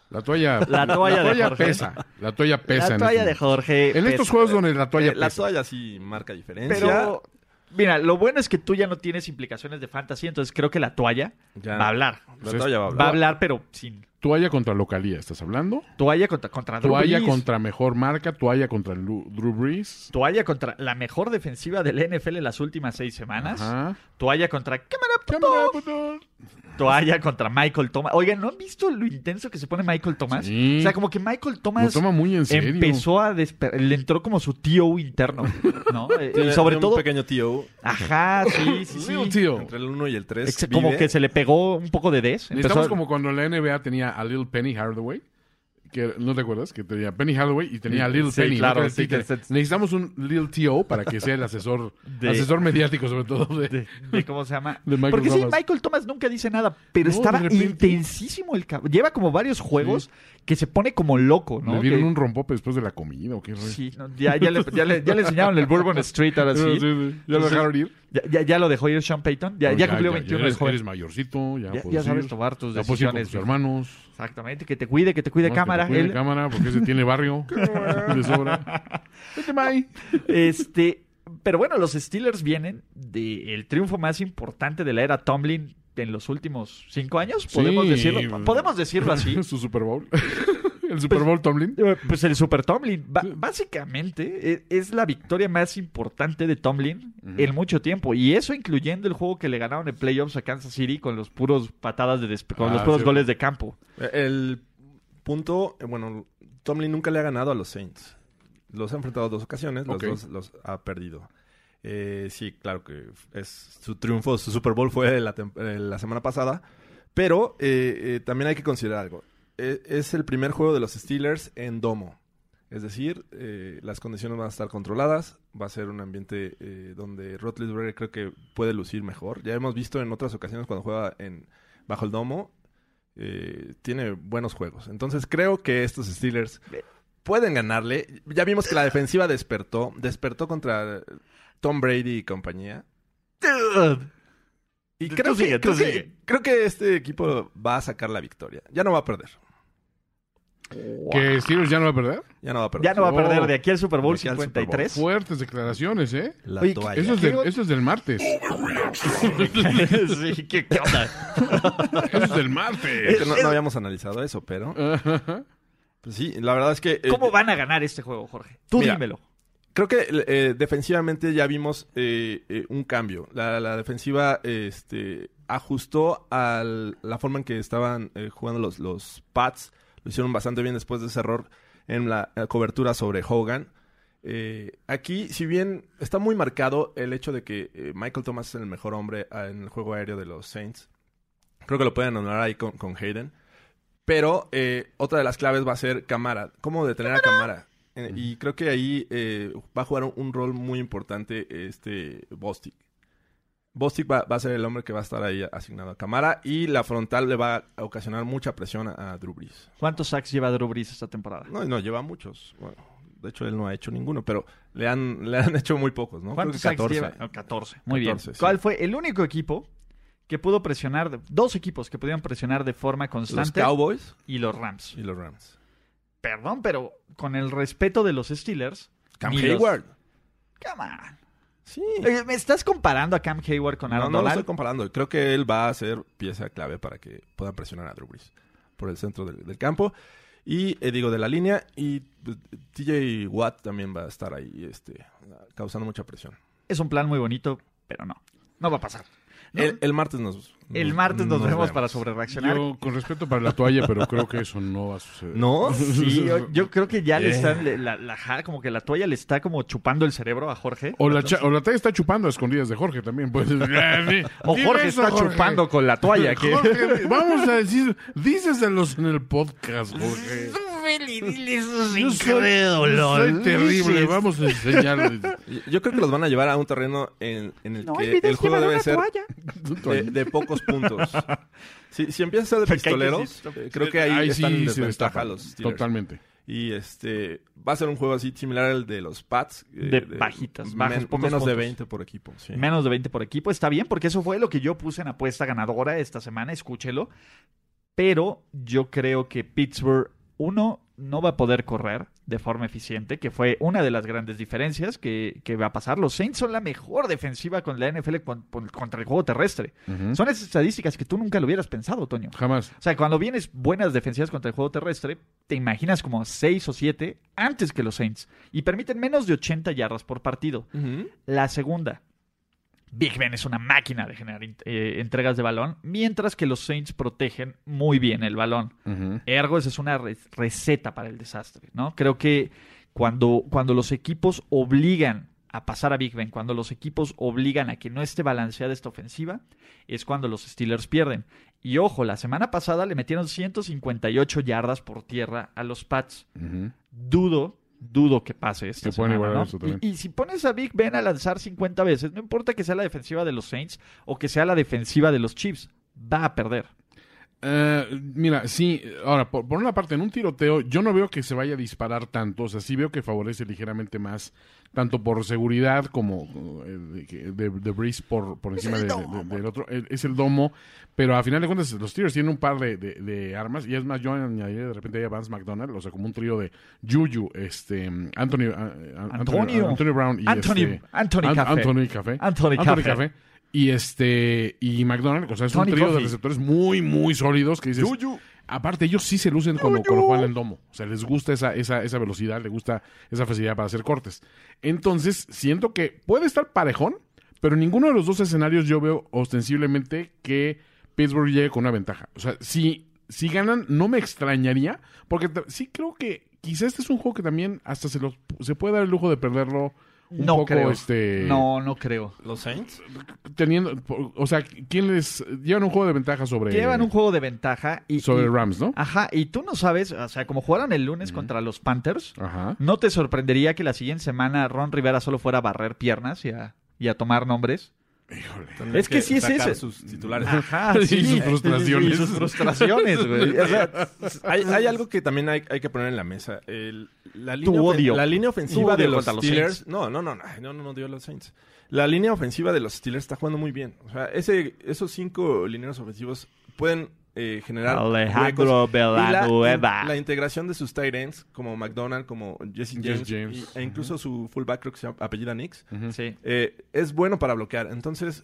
Speaker 3: La toalla,
Speaker 1: La toalla de Jorge.
Speaker 3: pesa. La toalla pesa.
Speaker 1: La
Speaker 3: en
Speaker 1: toalla
Speaker 3: este
Speaker 1: de
Speaker 3: momento.
Speaker 1: Jorge.
Speaker 3: En estos
Speaker 1: pesa. Eh,
Speaker 3: juegos donde la toalla
Speaker 2: La
Speaker 3: pesa.
Speaker 2: toalla sí marca diferencia.
Speaker 1: Pero, mira, lo bueno es que tú ya no tienes implicaciones de fantasía, entonces creo que la toalla
Speaker 2: Ya.
Speaker 1: va a hablar.
Speaker 2: la toalla va a hablar.
Speaker 1: Va a hablar, pero sin
Speaker 3: Toalla contra localía, ¿estás hablando?
Speaker 1: toalla contra, contra Drew
Speaker 3: Toalla
Speaker 1: Brees.
Speaker 3: contra mejor marca, toalla contra Lu- Drew Brees.
Speaker 1: Toalla contra la mejor defensiva del NFL en las últimas seis semanas.
Speaker 3: Ajá.
Speaker 1: Toalla contra Cámara Puto.
Speaker 3: Cámara, puto.
Speaker 1: Toalla contra Michael Thomas. Oigan, ¿no han visto lo intenso que se pone Michael Thomas?
Speaker 3: Sí.
Speaker 1: O sea, como que Michael
Speaker 3: Lo
Speaker 1: Thomas
Speaker 3: toma muy en serio.
Speaker 1: empezó a despertar. Le entró como su tío interno, ¿no? Eh,
Speaker 2: Tiene-
Speaker 1: y sobre
Speaker 2: tiene un
Speaker 1: todo.
Speaker 2: pequeño tío
Speaker 1: Ajá, sí, sí,
Speaker 3: Sí, un
Speaker 1: sí.
Speaker 3: tío.
Speaker 2: entre el 1 y el 3.
Speaker 1: Ex- Como que se le pegó un poco de des.
Speaker 3: Estamos
Speaker 1: Empezó-
Speaker 3: como cuando la NBA tenía a Little Penny Hardaway. Que, ¿No te acuerdas? Que tenía Penny Hardaway y tenía a Little
Speaker 1: Sí,
Speaker 3: Penny. ¿no?
Speaker 1: claro,
Speaker 3: Que-
Speaker 1: sí,
Speaker 3: que-
Speaker 1: que-
Speaker 3: necesitamos un Little T.O. para que sea el asesor
Speaker 1: De-
Speaker 3: asesor mediático, sobre todo. de-
Speaker 1: de, de cómo se llama.
Speaker 3: De Michael
Speaker 1: Porque sí,
Speaker 3: Thomas.
Speaker 1: Michael Thomas nunca dice nada, pero
Speaker 3: No,
Speaker 1: estaba
Speaker 3: de repente.
Speaker 1: intensísimo el cabrón. Lleva como varios juegos que se pone como loco, ¿no?
Speaker 3: Le dieron
Speaker 1: Que-
Speaker 3: un rompope después de la comida o qué rollo?
Speaker 1: Sí, no, ya, ya le, ya le- ya le enseñaron el Bourbon Street ahora
Speaker 3: Sí,
Speaker 1: sí.
Speaker 3: sí, sí. ¿Ya lo dejaron ir?
Speaker 1: Ya, ya- ya lo dejó ir Sean Payton. Ya,
Speaker 3: No,
Speaker 1: ya cumplió 21
Speaker 3: ya
Speaker 1: el
Speaker 3: eres,
Speaker 1: joven.
Speaker 3: eres mayorcito, ya,
Speaker 1: Ya, ya
Speaker 3: puedes
Speaker 1: sabes
Speaker 3: ir.
Speaker 1: tomar tus
Speaker 3: Ya puedes ir con
Speaker 1: decisiones.
Speaker 3: tus hermanos.
Speaker 1: Exactamente, que te cuide, que te cuide
Speaker 3: No,
Speaker 1: cámara.
Speaker 3: que te cuide
Speaker 1: él.
Speaker 3: cámara, porque ese tiene barrio. de sobra. Vete, May.
Speaker 1: Este, pero bueno, los Steelers vienen del triunfo más importante de la era Tomlin en los últimos cinco años. Podemos
Speaker 3: Sí.
Speaker 1: decirlo, podemos decirlo así.
Speaker 3: Su Super Bowl. El Super Bowl Tomlin.
Speaker 1: Eh, Pues el Super Tomlin, Ba- básicamente e- es la victoria más importante de Tomlin en mucho tiempo. Y eso incluyendo el juego que le ganaron en playoffs a Kansas City con los puros patadas de despe- con
Speaker 3: Ah,
Speaker 1: los puros
Speaker 3: sí.
Speaker 1: goles de campo.
Speaker 2: El punto, eh, bueno, Tomlin nunca le ha ganado a los Saints. Los ha enfrentado dos ocasiones,
Speaker 3: Ok.
Speaker 2: los dos los ha perdido. Eh, sí, claro que es su triunfo, su Super Bowl fue la, tem- eh, la semana pasada, pero eh, eh, también hay que considerar algo. Eh, es el primer juego de los Steelers en domo. Es decir, eh, las condiciones van a estar controladas, va a ser un ambiente eh, donde Roethlisberger creo que puede lucir mejor. Ya hemos visto en otras ocasiones cuando juega en bajo el domo, eh, tiene buenos juegos. Entonces creo que estos Steelers pueden ganarle. Ya vimos que la defensiva despertó, despertó contra eh, Tom Brady y compañía. Y
Speaker 1: Tú
Speaker 2: creo,
Speaker 1: sigue,
Speaker 2: que,
Speaker 1: tú
Speaker 2: creo,
Speaker 1: sigue.
Speaker 2: que, creo que este equipo va a sacar la victoria. Ya no va a perder.
Speaker 3: Que Steelers ya no va a perder.
Speaker 2: Ya no va a perder.
Speaker 1: Ya no va a
Speaker 3: Oh.
Speaker 1: perder de aquí al Super Bowl
Speaker 2: De aquí al Super Bowl.
Speaker 1: 53.
Speaker 3: Fuertes declaraciones, ¿eh?
Speaker 2: La
Speaker 1: Oye,
Speaker 2: toalla.
Speaker 3: Eso es, del,
Speaker 1: Quiero-
Speaker 3: eso es del martes.
Speaker 1: sí, ¿qué, qué onda?
Speaker 3: Eso es del martes.
Speaker 2: Que no, no habíamos analizado eso, pero pues sí, la verdad es que eh,
Speaker 1: ¿Cómo van a ganar este juego, Jorge? Tú
Speaker 2: Mira.
Speaker 1: dímelo.
Speaker 2: creo que eh, defensivamente ya vimos eh, eh, un cambio. La, la defensiva este, ajustó a la forma en que estaban eh, jugando los, los Pats. Lo hicieron bastante bien después de ese error en la, eh, cobertura sobre Hogan. Eh, aquí, si bien está muy marcado el hecho de que eh, Michael Thomas es el mejor hombre ah, en el juego aéreo de los Saints, creo que lo pueden honrar ahí con, con Hayden. Pero eh, otra de las claves va a ser Camara. ¿Cómo detener a Camara? Eh, y creo que ahí eh, va a jugar un, un rol muy importante este Bostic. Bostic va, va a ser el hombre que va a estar ahí asignado a Camara y la frontal le va a ocasionar mucha presión a, a Drew Brees.
Speaker 1: ¿Cuántos sacks lleva Drew Brees esta temporada?
Speaker 2: No, no, lleva muchos. Bueno, de hecho él no ha hecho ninguno, pero le han, le han hecho muy pocos, ¿no? Creo que
Speaker 1: ¿Cuántos sacks lleva? Ah, 14. Muy
Speaker 2: 14,
Speaker 1: bien.
Speaker 2: sí.
Speaker 1: ¿Cuál fue el único equipo que pudo presionar, de- dos equipos que pudieron presionar de forma
Speaker 2: Los
Speaker 1: constante
Speaker 2: Cowboys
Speaker 1: y los Rams?
Speaker 2: y los Rams.
Speaker 1: Perdón, pero con el respeto de los Steelers.
Speaker 2: Cam
Speaker 1: ni los-
Speaker 2: Hayward.
Speaker 1: Come on.
Speaker 2: Sí.
Speaker 1: Eh, ¿Me estás comparando a Cam Hayward con
Speaker 2: No,
Speaker 1: Aaron
Speaker 2: no lo
Speaker 1: Donald?
Speaker 2: estoy comparando. Creo que él va a ser pieza clave para que puedan presionar a Drew Brees por el centro del, del campo. Y eh, digo, de la línea. Y pues, TJ Watt también va a estar ahí este, causando mucha presión.
Speaker 1: Es un plan muy bonito, pero no. No va a pasar. No.
Speaker 2: El, el martes nos.
Speaker 1: El martes nos, Mm, vemos, para sobrereaccionar.
Speaker 3: Yo, con respeto para la toalla, pero creo que eso no va a suceder.
Speaker 2: ¿No?
Speaker 1: Sí, yo, yo creo que ya le
Speaker 3: Yeah.
Speaker 1: están, le- la, la ja- como que la toalla le está como chupando el cerebro a Jorge.
Speaker 3: O la, cha- o la toalla está chupando a escondidas de Jorge también. Pues.
Speaker 1: O
Speaker 3: Dime
Speaker 1: Jorge
Speaker 3: eso,
Speaker 1: está chupando con la toalla. que-
Speaker 3: Jorge, vamos a decir, díceselos en el podcast, Jorge. Yo soy, yo soy terrible, vamos a enseñarles.
Speaker 2: Yo creo que los van a llevar a un terreno en, en el que el juego debe ser de, de pocos puntos. si, si empieza a ser de
Speaker 1: Me cae que sí,
Speaker 2: pistoleros,
Speaker 1: está-
Speaker 2: eh, creo que ahí,
Speaker 3: Ahí
Speaker 2: están en
Speaker 3: se
Speaker 2: desventaja
Speaker 3: destapan,
Speaker 2: los Steelers.
Speaker 3: Totalmente.
Speaker 2: Y este va a ser un juego así similar al de los Pats. eh,
Speaker 1: De bajitas, bajas, pocos
Speaker 2: menos de
Speaker 1: puntos.
Speaker 2: 20 por equipo. sí.
Speaker 1: Menos de 20 por equipo. Está bien, porque eso fue lo que yo puse en apuesta ganadora esta semana. Escúchelo. Pero yo creo que Pittsburgh, uno, no va a poder correr de forma eficiente, que fue una de las grandes diferencias que, que va a pasar. Los Saints son la mejor defensiva con la NFL con- con- contra el juego terrestre.
Speaker 3: Ujú.
Speaker 1: Son esas estadísticas que tú nunca lo hubieras pensado, Toño.
Speaker 3: Jamás.
Speaker 1: O sea, cuando vienes buenas defensivas contra el juego terrestre, te imaginas como 6 o 7 antes que los Saints. Y permiten menos de 80 yardas por partido.
Speaker 2: Ujú.
Speaker 1: La segunda, Big Ben es una máquina de generar in- eh, entregas de balón, mientras que los Saints protegen muy bien el balón.
Speaker 3: Ujú.
Speaker 1: Ergo, esa es una re- receta para el desastre, ¿no? Creo que cuando, cuando los equipos obligan a pasar a Big Ben, cuando los equipos obligan a que no esté balanceada esta ofensiva, es cuando los Steelers pierden. Y ojo, la semana pasada le metieron 158 yardas por tierra a los Pats
Speaker 3: Ujú.
Speaker 1: dudo, dudo que pase esto.
Speaker 3: Que puedan igualar eso también.
Speaker 1: y, y si pones a Big Ben a lanzar 50 veces, no importa que sea la defensiva de los Saints o que sea la defensiva de los Chiefs, va a perder.
Speaker 3: Eh, mira, sí, ahora, por, por una parte, en un tiroteo, yo no veo que se vaya a disparar tanto, o sea, sí veo que favorece ligeramente más, tanto por seguridad como eh, de, que- de, de Breeze por, por encima de- de- del otro, Eh, es el domo, pero a final de cuentas, los Steelers tienen un par de, de- de armas, y es más, yo añadiría de repente ahí a Vance McDonald, o sea, como un trío de Juju, este, Anthony, ah, ah,
Speaker 1: Antonio.
Speaker 3: Antonio Brown y
Speaker 1: Anthony-
Speaker 3: este-
Speaker 1: Anthony
Speaker 3: An-
Speaker 1: Café.
Speaker 3: Anthony Café.
Speaker 1: Anthony Café.
Speaker 3: Y este, y McDonald, o sea, es
Speaker 1: Tony
Speaker 3: un trío
Speaker 1: Coffey.
Speaker 3: de receptores muy, muy sólidos que dices.
Speaker 2: Yuyu.
Speaker 3: Aparte, ellos sí se lucen cuando, cuando juegan en domo. O sea, les gusta esa, esa, esa velocidad, les gusta esa facilidad para hacer cortes. Entonces, siento que puede estar parejón, pero en ninguno de los dos escenarios yo veo ostensiblemente que Pittsburgh llegue con una ventaja. O sea, si, si ganan, no me extrañaría, porque t- sí creo que quizás este es un juego que también hasta se, los- se puede dar el lujo de perderlo un
Speaker 1: no
Speaker 3: poco
Speaker 1: creo.
Speaker 3: este
Speaker 1: No, no creo.
Speaker 2: ¿Los Saints?
Speaker 3: teniendo o sea quién les llevan un juego de ventaja sobre
Speaker 1: Llevan un juego de ventaja y...
Speaker 3: sobre
Speaker 1: y-
Speaker 3: Rams no
Speaker 1: Ajá, y tú no sabes, o sea, como jugaron el lunes contra los Panthers,
Speaker 3: ajá
Speaker 1: ¿no te sorprendería que la siguiente semana Ron Rivera solo fuera a barrer piernas y a, y a tomar nombres?
Speaker 2: Tendrán
Speaker 1: Es que sí es
Speaker 2: sacar
Speaker 1: ese.
Speaker 2: sus titulares.
Speaker 1: Ajá,
Speaker 3: Y sus frustraciones.
Speaker 1: Y sus frustraciones, güey. O sea,
Speaker 2: hay, hay algo que también hay, hay que poner en la mesa. El- la,
Speaker 1: Tu
Speaker 2: línea ofen-
Speaker 1: odio.
Speaker 2: la línea ofensiva
Speaker 1: odio
Speaker 2: de los
Speaker 1: contra los
Speaker 2: Steelers.
Speaker 1: Saints.
Speaker 2: no, no, no, no, no, no, no dio los Saints. La línea ofensiva de los Steelers está jugando muy bien. O sea, ese, esos cinco lineros ofensivos pueden eh, generar.
Speaker 1: Alejandro
Speaker 2: huecos. Y la-
Speaker 1: Villanueva.
Speaker 2: La, integración de sus tight ends, como McDonald, como Jesse
Speaker 3: Jesse
Speaker 2: James,
Speaker 3: James.
Speaker 2: y- e incluso su fullback, creo que se llama- apellida Nix,
Speaker 1: sí.
Speaker 2: eh, es bueno para bloquear. Entonces.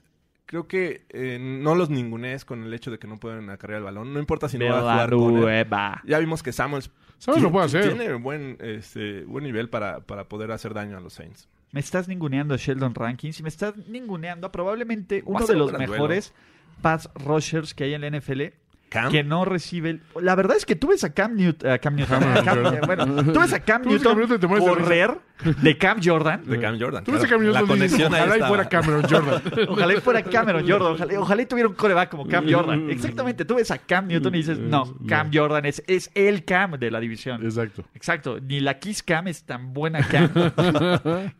Speaker 2: Creo que eh, no los ningunees con el hecho de que no pueden acarrear el balón. No importa si no va a jugar con él.
Speaker 1: Villanueva.
Speaker 2: Ya vimos que Samuels
Speaker 3: sabes Ah, lo
Speaker 2: ti-
Speaker 3: puede
Speaker 2: ti-
Speaker 3: hacer
Speaker 2: tiene buen, este, buen nivel para, para poder hacer daño a los Saints.
Speaker 1: Me estás ninguneando a Sheldon Rankins y me estás ninguneando a probablemente
Speaker 2: Va
Speaker 1: uno
Speaker 2: a
Speaker 1: de
Speaker 2: ser
Speaker 1: los
Speaker 2: un gran
Speaker 1: mejores pass rushers que hay en la NFL
Speaker 3: ¿Ah?
Speaker 2: ¿Cam?
Speaker 1: que no recibe... el- La verdad es que tú ves a Cam Newton... A Cam Newton
Speaker 3: Cam
Speaker 1: a Cam-
Speaker 3: Jordan.
Speaker 1: bueno, tú ves a Cam
Speaker 3: Tú ves a Cam
Speaker 1: Newton
Speaker 3: Newton y te mueres de
Speaker 1: correr de Cam Jordan.
Speaker 2: De Cam Jordan.
Speaker 3: tú ves a
Speaker 2: claro.
Speaker 3: Cameron
Speaker 2: La
Speaker 3: Jordan y dices,
Speaker 2: conexión ahí
Speaker 3: ojalá y
Speaker 2: estaba.
Speaker 3: fuera Cameron Jordan
Speaker 1: Ojalá y fuera Cameron Jordan. Ojalá, ojalá y tuviera un coreback como Cam Jordan. Exactamente. Tú ves a Cam Newton y
Speaker 3: Mm,
Speaker 1: dices, no, Cam Jordan es, es el Cam de la división.
Speaker 3: exacto
Speaker 1: Exacto, ni la Kiss Cam es tan buena Cam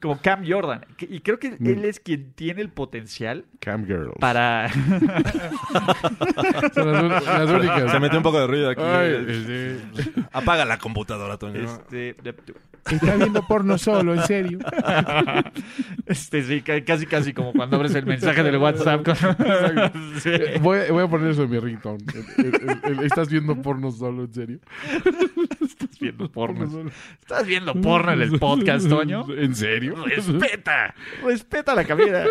Speaker 1: como Cam Jordan. Que- Y creo que
Speaker 3: Mm.
Speaker 1: él es quien tiene el potencial
Speaker 3: Cam Girls
Speaker 1: para...
Speaker 3: Se las- las únicas.
Speaker 2: Se metió un poco de ruido aquí.
Speaker 3: Ay, sí.
Speaker 2: Apaga la computadora, Toño.
Speaker 1: Este, de-
Speaker 3: Está viendo porno solo, en serio.
Speaker 1: este, sí, ca- casi, casi como cuando abres el mensaje del WhatsApp. con- Sí.
Speaker 3: Voy, voy a poner eso en mi ringtone. El- el- el- el- Estás viendo porno solo, en serio.
Speaker 1: Estás viendo
Speaker 3: Porno
Speaker 1: porno.
Speaker 3: solo.
Speaker 1: Estás viendo porno en el podcast, Toño.
Speaker 3: ¿En serio?
Speaker 1: Respeta, respeta la cabina.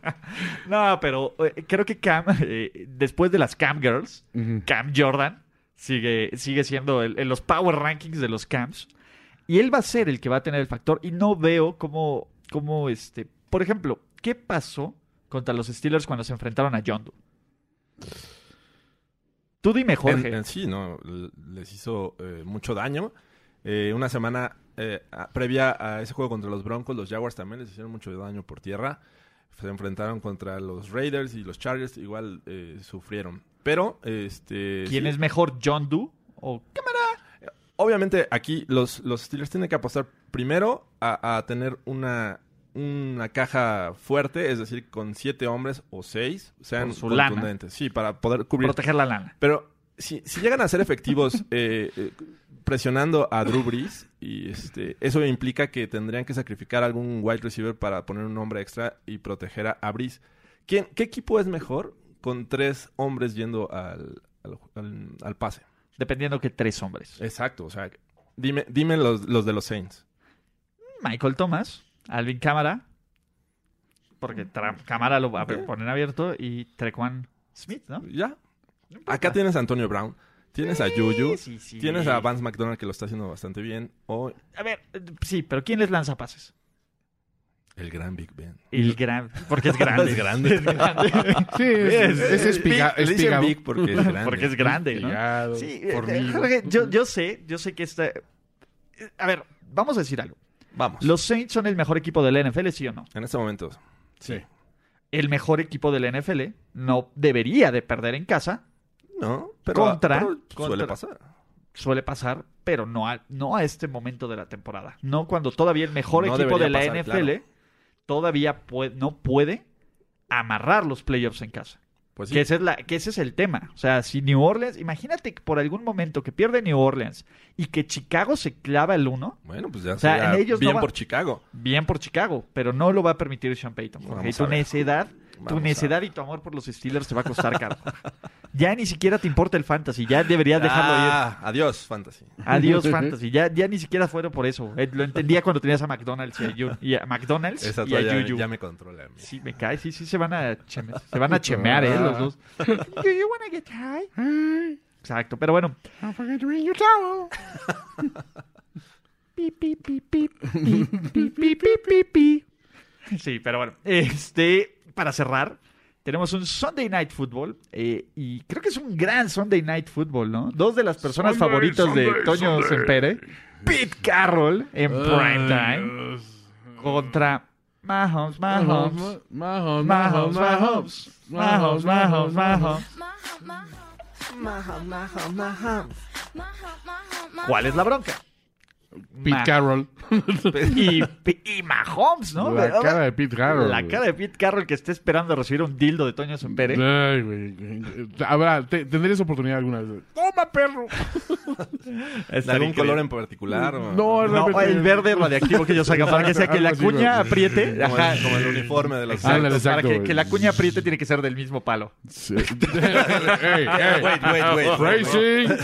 Speaker 1: no, pero eh, creo que Cam, eh, después de las Cam Girls,
Speaker 3: Ujú.
Speaker 1: Cam Jordan sigue, sigue siendo el- en los power rankings de los Cams. Y él va a ser el que va a tener el factor. Y no veo cómo, cómo este. Por ejemplo, ¿qué pasó contra los Steelers cuando se enfrentaron a Yondu? Tú dime, Jorge.
Speaker 2: En- en sí, ¿no? L- Les hizo eh, mucho daño. Eh, una semana eh, a- previa a ese juego contra los Broncos, los Jaguars también les hicieron mucho daño por tierra. Se enfrentaron contra los Raiders y los Chargers, igual eh, sufrieron. Pero, este...
Speaker 1: ¿Quién
Speaker 2: sí,
Speaker 1: es mejor, Yondu o
Speaker 2: Obviamente aquí los, los Steelers tienen que apostar primero a, a tener una, una caja fuerte, es decir, con siete hombres o seis, sean
Speaker 1: Por su lana.
Speaker 2: contundentes. Sí, para poder cubrir
Speaker 1: proteger la lana?
Speaker 2: pero si, si llegan a ser efectivos eh, eh, presionando a Drew Brees, y este, eso implica que tendrían que sacrificar algún wide receiver para poner un hombre extra y proteger a, a Brees. ¿Quién, ¿Qué equipo es mejor con tres hombres yendo al, al, al- al pase?
Speaker 1: Dependiendo que tres hombres.
Speaker 2: Exacto, o sea, dime, dime los, los de los Saints.
Speaker 1: Michael Thomas, Alvin Cámara, porque tra- Cámara lo va a
Speaker 2: Ok.
Speaker 1: poner abierto, y Trequan Smith, ¿no?
Speaker 2: Ya. Acá tienes a Antonio Brown, tienes a Yuyu,
Speaker 1: Sí, sí.
Speaker 2: tienes a Vance McDonald que lo está haciendo bastante bien, o
Speaker 1: A ver, eh, sí, pero ¿quién les lanza pases?
Speaker 2: el gran Big Ben.
Speaker 1: El gran, porque es grande.
Speaker 2: Es grande.
Speaker 1: Es grande.
Speaker 3: Sí, es, es espiga-
Speaker 2: Eh, Big- le dicen
Speaker 3: espigado.
Speaker 2: Big porque es grande.
Speaker 1: porque es grande, ¿no?
Speaker 3: Espigado,
Speaker 1: Sí, eh,
Speaker 3: fornido.
Speaker 1: Jorge, yo, yo sé, yo sé que está... eh, A ver, vamos a decir algo.
Speaker 2: Vamos.
Speaker 1: ¿Los Saints son el mejor equipo del NFL, sí o no?
Speaker 2: En este momento.
Speaker 3: Sí.
Speaker 1: El mejor equipo del NFL no debería de perder en casa,
Speaker 2: No, pero,
Speaker 1: Contra-
Speaker 2: pero
Speaker 1: contra-
Speaker 2: suele pasar.
Speaker 1: suele pasar, pero no a, no a este momento de la temporada. No cuando todavía el mejor
Speaker 2: No
Speaker 1: equipo de la
Speaker 2: debería pasar,
Speaker 1: NFL todavía pue- no puede amarrar los playoffs en casa.
Speaker 2: Pues
Speaker 1: Que,
Speaker 2: sí.
Speaker 1: ese es la, que ese es el tema. O sea, si New Orleans, imagínate que por algún momento que pierde New Orleans y que Chicago se clava el 1,
Speaker 2: Bueno, pues ya
Speaker 1: sea,
Speaker 2: sería
Speaker 1: en ellos no
Speaker 2: bien
Speaker 1: va-
Speaker 2: por Chicago.
Speaker 1: bien por Chicago, pero no lo va a permitir Sean Payton. Jorge.
Speaker 2: Vamos
Speaker 1: Y tu
Speaker 2: a ver.
Speaker 1: necedad, tu
Speaker 2: Vamos a
Speaker 1: necedad y tu amor por los Steelers te va a costar caro. ya ni siquiera te importa el fantasy, ya deberías dejarlo ir.
Speaker 2: Ah, adiós, fantasy.
Speaker 1: Adiós, Fantasy. Ya, ya ni siquiera fueron por eso. Eh, Lo entendía cuando tenías a McDonald's y a, Yu- y a McDonald's
Speaker 2: Esa
Speaker 1: y a
Speaker 2: ya,
Speaker 1: Yuyu.
Speaker 2: ya me controla a mí.
Speaker 1: Sí, me cae. Sí, sí, se van a, cheme- se van a chemear, ¿eh? Los dos. Do you wanna get high?
Speaker 3: Ay,
Speaker 1: Exacto, pero bueno.
Speaker 3: I forgot to bring your towel.
Speaker 1: Pi, pi, pi, pi, pi, pi, pi, pi, pi, pi. Sí, pero bueno. Este, para cerrar, tenemos un Sunday Night Football. eh, y creo que es un gran Sunday Night Football, ¿no? Dos de las personas
Speaker 3: Sunday,
Speaker 1: favoritas de
Speaker 3: Sunday,
Speaker 1: Toño
Speaker 3: Sunday.
Speaker 1: Sempere. Pete Carroll en prime time. contra Mahomes, Mahomes,
Speaker 3: Mahomes, Mahomes,
Speaker 1: Mahomes,
Speaker 3: Mahomes,
Speaker 1: Mahomes, Mahomes, Mahomes, Mahomes. ¿Cuál es la bronca?
Speaker 3: Pete
Speaker 1: Ma-
Speaker 3: Carroll.
Speaker 1: Y, y Mahomes, ¿no?
Speaker 3: La cara de Pete Carroll.
Speaker 1: La
Speaker 3: güey.
Speaker 1: cara de Pete Carroll que está esperando recibir un dildo de Toño Sempere.
Speaker 3: Ay, güey. Habrá, te- tendré esa oportunidad alguna vez. ¡Toma, perro!
Speaker 2: ¿De algún color en particular?
Speaker 1: Ah.
Speaker 2: o-
Speaker 3: No,
Speaker 1: No, o el verde radiactivo que ellos sacan para que sea que la
Speaker 3: Algo así, güey.
Speaker 1: cuña apriete.
Speaker 2: Como,
Speaker 1: Ajá.
Speaker 2: el, como el uniforme de los
Speaker 3: Ah,
Speaker 1: Exacto,
Speaker 3: Ándale, exacto,
Speaker 1: para que,
Speaker 3: güey.
Speaker 1: que la cuña apriete tiene que ser del mismo palo.
Speaker 3: Sí. Ey, ey.
Speaker 2: Wait, wait, wait.
Speaker 3: Phrasing.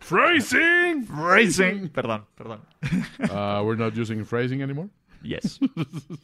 Speaker 3: Phrasing.
Speaker 1: Racing. Perdón, perdón.
Speaker 3: Uh, we're not using phrasing anymore.
Speaker 1: Yes.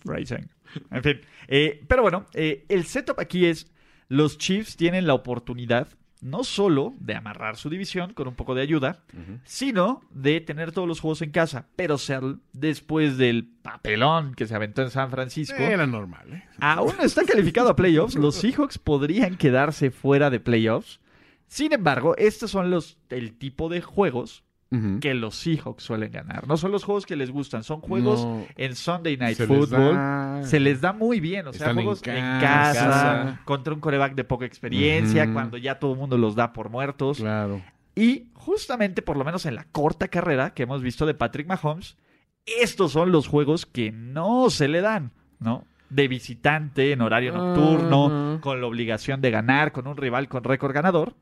Speaker 1: Racing. En fin. eh, pero bueno, eh, el setup aquí es: los Chiefs tienen la oportunidad no solo de amarrar su división con un poco de ayuda, sino de tener todos los juegos en casa. Pero Seattle, después del papelón que se aventó en San Francisco,
Speaker 3: Era normal, ¿eh?
Speaker 1: aún no está calificado a playoffs. Los Seahawks podrían quedarse fuera de playoffs. Sin embargo, estos son los el tipo de juegos
Speaker 3: Ujú.
Speaker 1: que los Seahawks suelen ganar. No son los juegos que les gustan, son juegos
Speaker 3: No.
Speaker 1: en Sunday Night
Speaker 3: Se les
Speaker 1: Football.
Speaker 3: da.
Speaker 1: Se les da muy bien, o sea,
Speaker 3: Están en
Speaker 1: juegos en
Speaker 3: ca-
Speaker 1: casa,
Speaker 3: casa.
Speaker 1: contra un coreback de poca experiencia,
Speaker 3: Ujú.
Speaker 1: cuando ya todo el mundo los da por muertos.
Speaker 3: Claro.
Speaker 1: Y justamente, por lo menos en la corta carrera que hemos visto de Patrick Mahomes, estos son los juegos que no se le dan, ¿no? De visitante, en horario nocturno,
Speaker 3: Ajá.
Speaker 1: con la obligación de ganar, con un rival con récord ganador.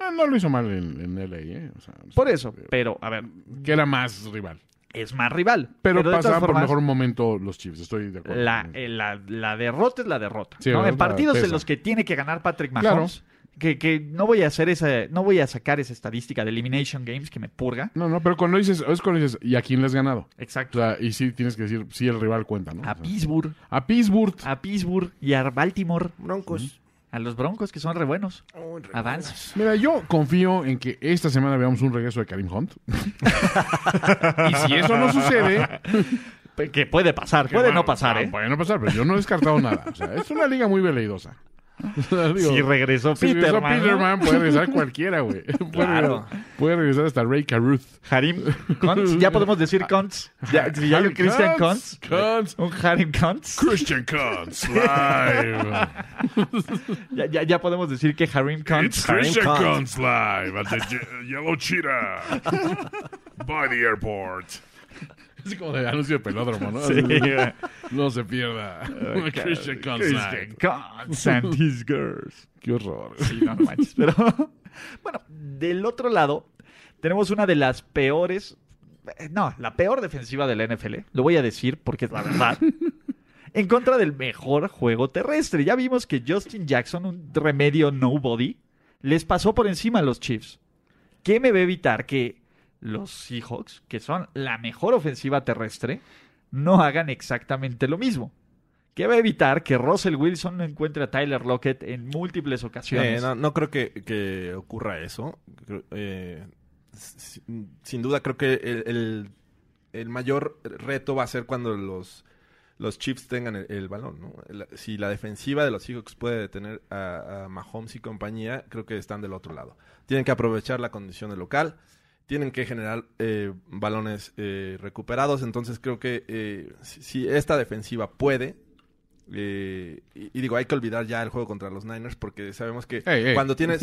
Speaker 3: Ah, no lo hizo mal en, en LA, ¿eh? O sea,
Speaker 1: Por e- eso, pero a ver,
Speaker 3: que era más rival.
Speaker 1: es más rival.
Speaker 3: Pero,
Speaker 1: de todas
Speaker 3: pasaban por
Speaker 1: formas,
Speaker 3: mejor momento los Chiefs, estoy de acuerdo.
Speaker 1: La, eh, la, la derrota es la derrota.
Speaker 3: Sí,
Speaker 1: ¿no?
Speaker 3: la
Speaker 1: En
Speaker 3: derrota
Speaker 1: partidos en
Speaker 3: pesa.
Speaker 1: los que tiene que ganar Patrick Mahomes, que, que no voy a hacer esa, no voy a sacar esa estadística de Elimination Games que me purga.
Speaker 3: No, no, pero cuando dices, es cuando dices, ¿y a quién le has ganado? O
Speaker 1: Exacto.
Speaker 3: sea, y sí tienes que decir, sí el rival cuenta, ¿no?
Speaker 1: A
Speaker 3: O sea,
Speaker 1: Pittsburgh,
Speaker 3: a Pittsburgh.
Speaker 1: a Pittsburgh y a Baltimore,
Speaker 5: Broncos.
Speaker 1: a los Broncos que son re buenos. Avanza.
Speaker 3: Mira, yo confío en que esta semana veamos un regreso de Karim Hunt. y si eso no sucede,
Speaker 1: Pe- Que puede pasar, puede
Speaker 3: bueno,
Speaker 1: no pasar,
Speaker 3: ah,
Speaker 1: ¿eh?
Speaker 3: Puede no pasar, pero yo no he descartado nada. O sea, es una liga muy veleidosa. O sea, digo,
Speaker 1: Si regresó
Speaker 3: si regresó
Speaker 1: Peterman, ¿no?
Speaker 3: Peterman, puede regresar cualquiera, güey. Puede
Speaker 1: Claro.
Speaker 3: regresar- Puede regresar hasta Ray Caruth.
Speaker 1: Harim Kuntz, ya podemos
Speaker 3: Ah.
Speaker 1: decir Kuntz. Ya, si ya hay un
Speaker 3: Harry
Speaker 1: Christian
Speaker 3: Kuntz,
Speaker 1: Kuntz,
Speaker 3: Kuntz.
Speaker 1: un Harim Kuntz,
Speaker 3: Christian Kuntz live.
Speaker 1: ya, ya, ya podemos decir que Harim Kuntz
Speaker 3: Christian
Speaker 5: Kuntz.
Speaker 3: Kuntz live at the Ye- Yellow Cheetah by the airport. Es como de anuncio de pelódromo, ¿no? No se pierda. Christian Kuntz
Speaker 1: Christian
Speaker 3: live.
Speaker 1: Kuntz and his girls.
Speaker 3: Qué horror.
Speaker 1: Sí, no, no manches, pero bueno, del otro lado tenemos una de las peores, eh, no, la peor defensiva de la NFL. Lo voy a decir porque es la verdad. En contra del mejor juego terrestre. Ya vimos que Justin Jackson, un remedio nobody, les pasó por encima a los Chiefs. ¿Qué me va a evitar que los Seahawks, que son la mejor ofensiva terrestre, no hagan exactamente lo mismo? ¿Qué va a evitar que Russell Wilson no encuentre a Tyler Lockett en múltiples
Speaker 2: Eh,
Speaker 1: ocasiones?
Speaker 2: no, no creo que, que ocurra eso. Creo- eh, si- sin duda, creo que el, el- el mayor reto va a ser cuando los, los Chiefs tengan el, el balón. ¿no? La- si la defensiva de los Seahawks puede detener a, a Mahomes y compañía, creo que están del otro lado. Tienen que aprovechar la condición de local. Tienen que generar eh, balones eh, recuperados. Entonces, creo que eh, si- si esta defensiva puede, eh, y, y digo, hay que olvidar ya el juego contra los Niners porque sabemos que
Speaker 3: Ey, ey.
Speaker 2: cuando tienes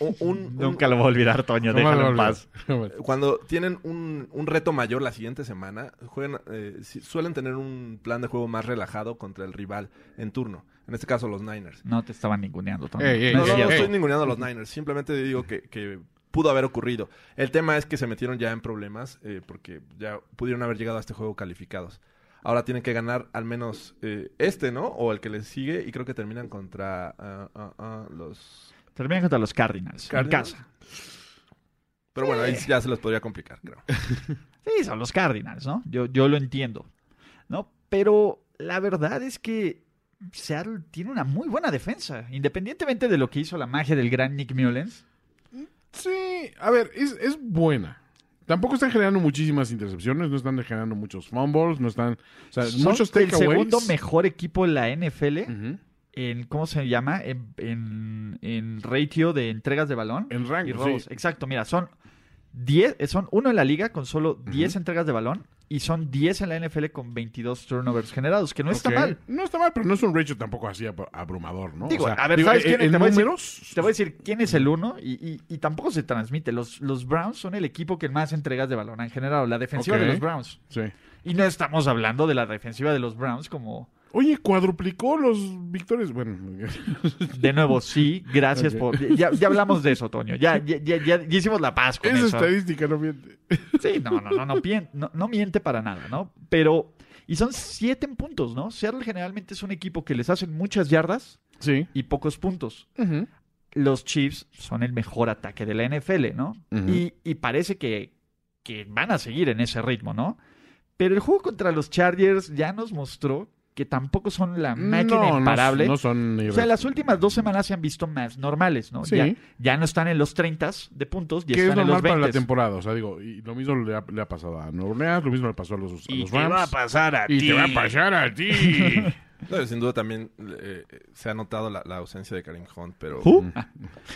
Speaker 2: un, un-
Speaker 1: Nunca lo voy a olvidar, Toño.
Speaker 3: No me
Speaker 1: déjalo
Speaker 3: lo
Speaker 1: en paz.
Speaker 3: olvides.
Speaker 2: cuando tienen un, un reto mayor la siguiente semana, juegan, eh, si- suelen tener un plan de juego más relajado contra el rival en turno. En este caso, los Niners.
Speaker 1: No te estaban ninguneando, Toño.
Speaker 3: Ey, ey,
Speaker 1: No
Speaker 2: No,
Speaker 1: es
Speaker 2: no, no
Speaker 1: cierto.
Speaker 2: estoy ninguneando a los Niners. Simplemente digo que, que pudo haber ocurrido. El tema es que se metieron ya en problemas eh, porque ya pudieron haber llegado a este juego calificados. Ahora tienen que ganar al menos eh, este, ¿no? O el que les sigue. Y creo que terminan contra ah, ah, ah, los...
Speaker 1: Terminan contra los Cardinals,
Speaker 2: Cardinals.
Speaker 1: en casa.
Speaker 2: Pero bueno, ahí ya se los podría complicar, creo.
Speaker 1: Sí, son los Cardinals, ¿no? Yo, yo lo entiendo, ¿no? Pero la verdad es que Seattle tiene una muy buena defensa. Independientemente de lo que hizo la magia del gran Nick Mullens.
Speaker 3: Sí, a ver, es, es buena. Tampoco están generando muchísimas intercepciones, no están generando muchos fumbles, no están. O sea,
Speaker 1: son
Speaker 3: muchos
Speaker 1: el
Speaker 3: takeaways.
Speaker 1: segundo mejor equipo en la NFL
Speaker 3: Ujú.
Speaker 1: en, ¿cómo se llama? En, en- en ratio de entregas de balón. y
Speaker 3: En rango,
Speaker 1: robos.
Speaker 3: sí.
Speaker 1: Exacto, mira, son 10, eh, son uno en la liga con solo 10 entregas de balón y son 10 en la NFL con 22 turnovers generados, que no está
Speaker 3: Ok.
Speaker 1: mal.
Speaker 3: No está mal, pero no es un ratio tampoco así ab- abrumador, ¿no?
Speaker 1: Digo,
Speaker 3: O sea,
Speaker 1: a ver,
Speaker 3: digo,
Speaker 1: ¿sabes
Speaker 3: en-
Speaker 1: quién?
Speaker 3: en
Speaker 1: Te voy a decir-
Speaker 3: números?
Speaker 1: Te voy a decir quién es el uno y, y- y tampoco se transmite. Los, los Browns son el equipo que más entregas de balón han generado, la defensiva
Speaker 3: Ok.
Speaker 1: de los Browns.
Speaker 3: Sí.
Speaker 1: Y no estamos hablando de la defensiva de los Browns como,
Speaker 3: Oye, cuadruplicó los victorias. Bueno,
Speaker 1: de nuevo, sí, gracias
Speaker 3: Ok.
Speaker 1: por... Ya, ya hablamos de eso, Toño. Ya, ya, ya- ya- ya hicimos la paz con
Speaker 3: esa
Speaker 1: eso.
Speaker 3: estadística no miente.
Speaker 1: Sí, no, no, no, no, pien- no, no miente para nada, ¿no? Pero, y son siete en puntos, ¿no? Seattle generalmente es un equipo que les hacen muchas yardas
Speaker 3: Sí.
Speaker 1: y pocos puntos. Los Chiefs son el mejor ataque de la NFL, ¿no?
Speaker 3: Ujú.
Speaker 1: y, y parece que, que van a seguir en ese ritmo, ¿no? Pero el juego contra los Chargers ya nos mostró que tampoco son la máquina
Speaker 3: Mm, No, no,
Speaker 1: imparable.
Speaker 3: No, son ni
Speaker 1: o sea, las últimas dos semanas se han visto más normales, ¿no?
Speaker 3: Sí.
Speaker 1: Ya, ya no están en los 30 de puntos, ya
Speaker 3: que es
Speaker 1: están en
Speaker 3: normal
Speaker 1: los 20.
Speaker 3: para la temporada. O sea, digo, y lo mismo le ha, le ha pasado a Nueva Orleans, lo mismo le pasó a los, a los Rams.
Speaker 1: pasar a
Speaker 3: y te va a pasar a ti.
Speaker 2: No, sin duda también eh, eh, se ha notado la, la ausencia de Karim Hunt, pero... mm,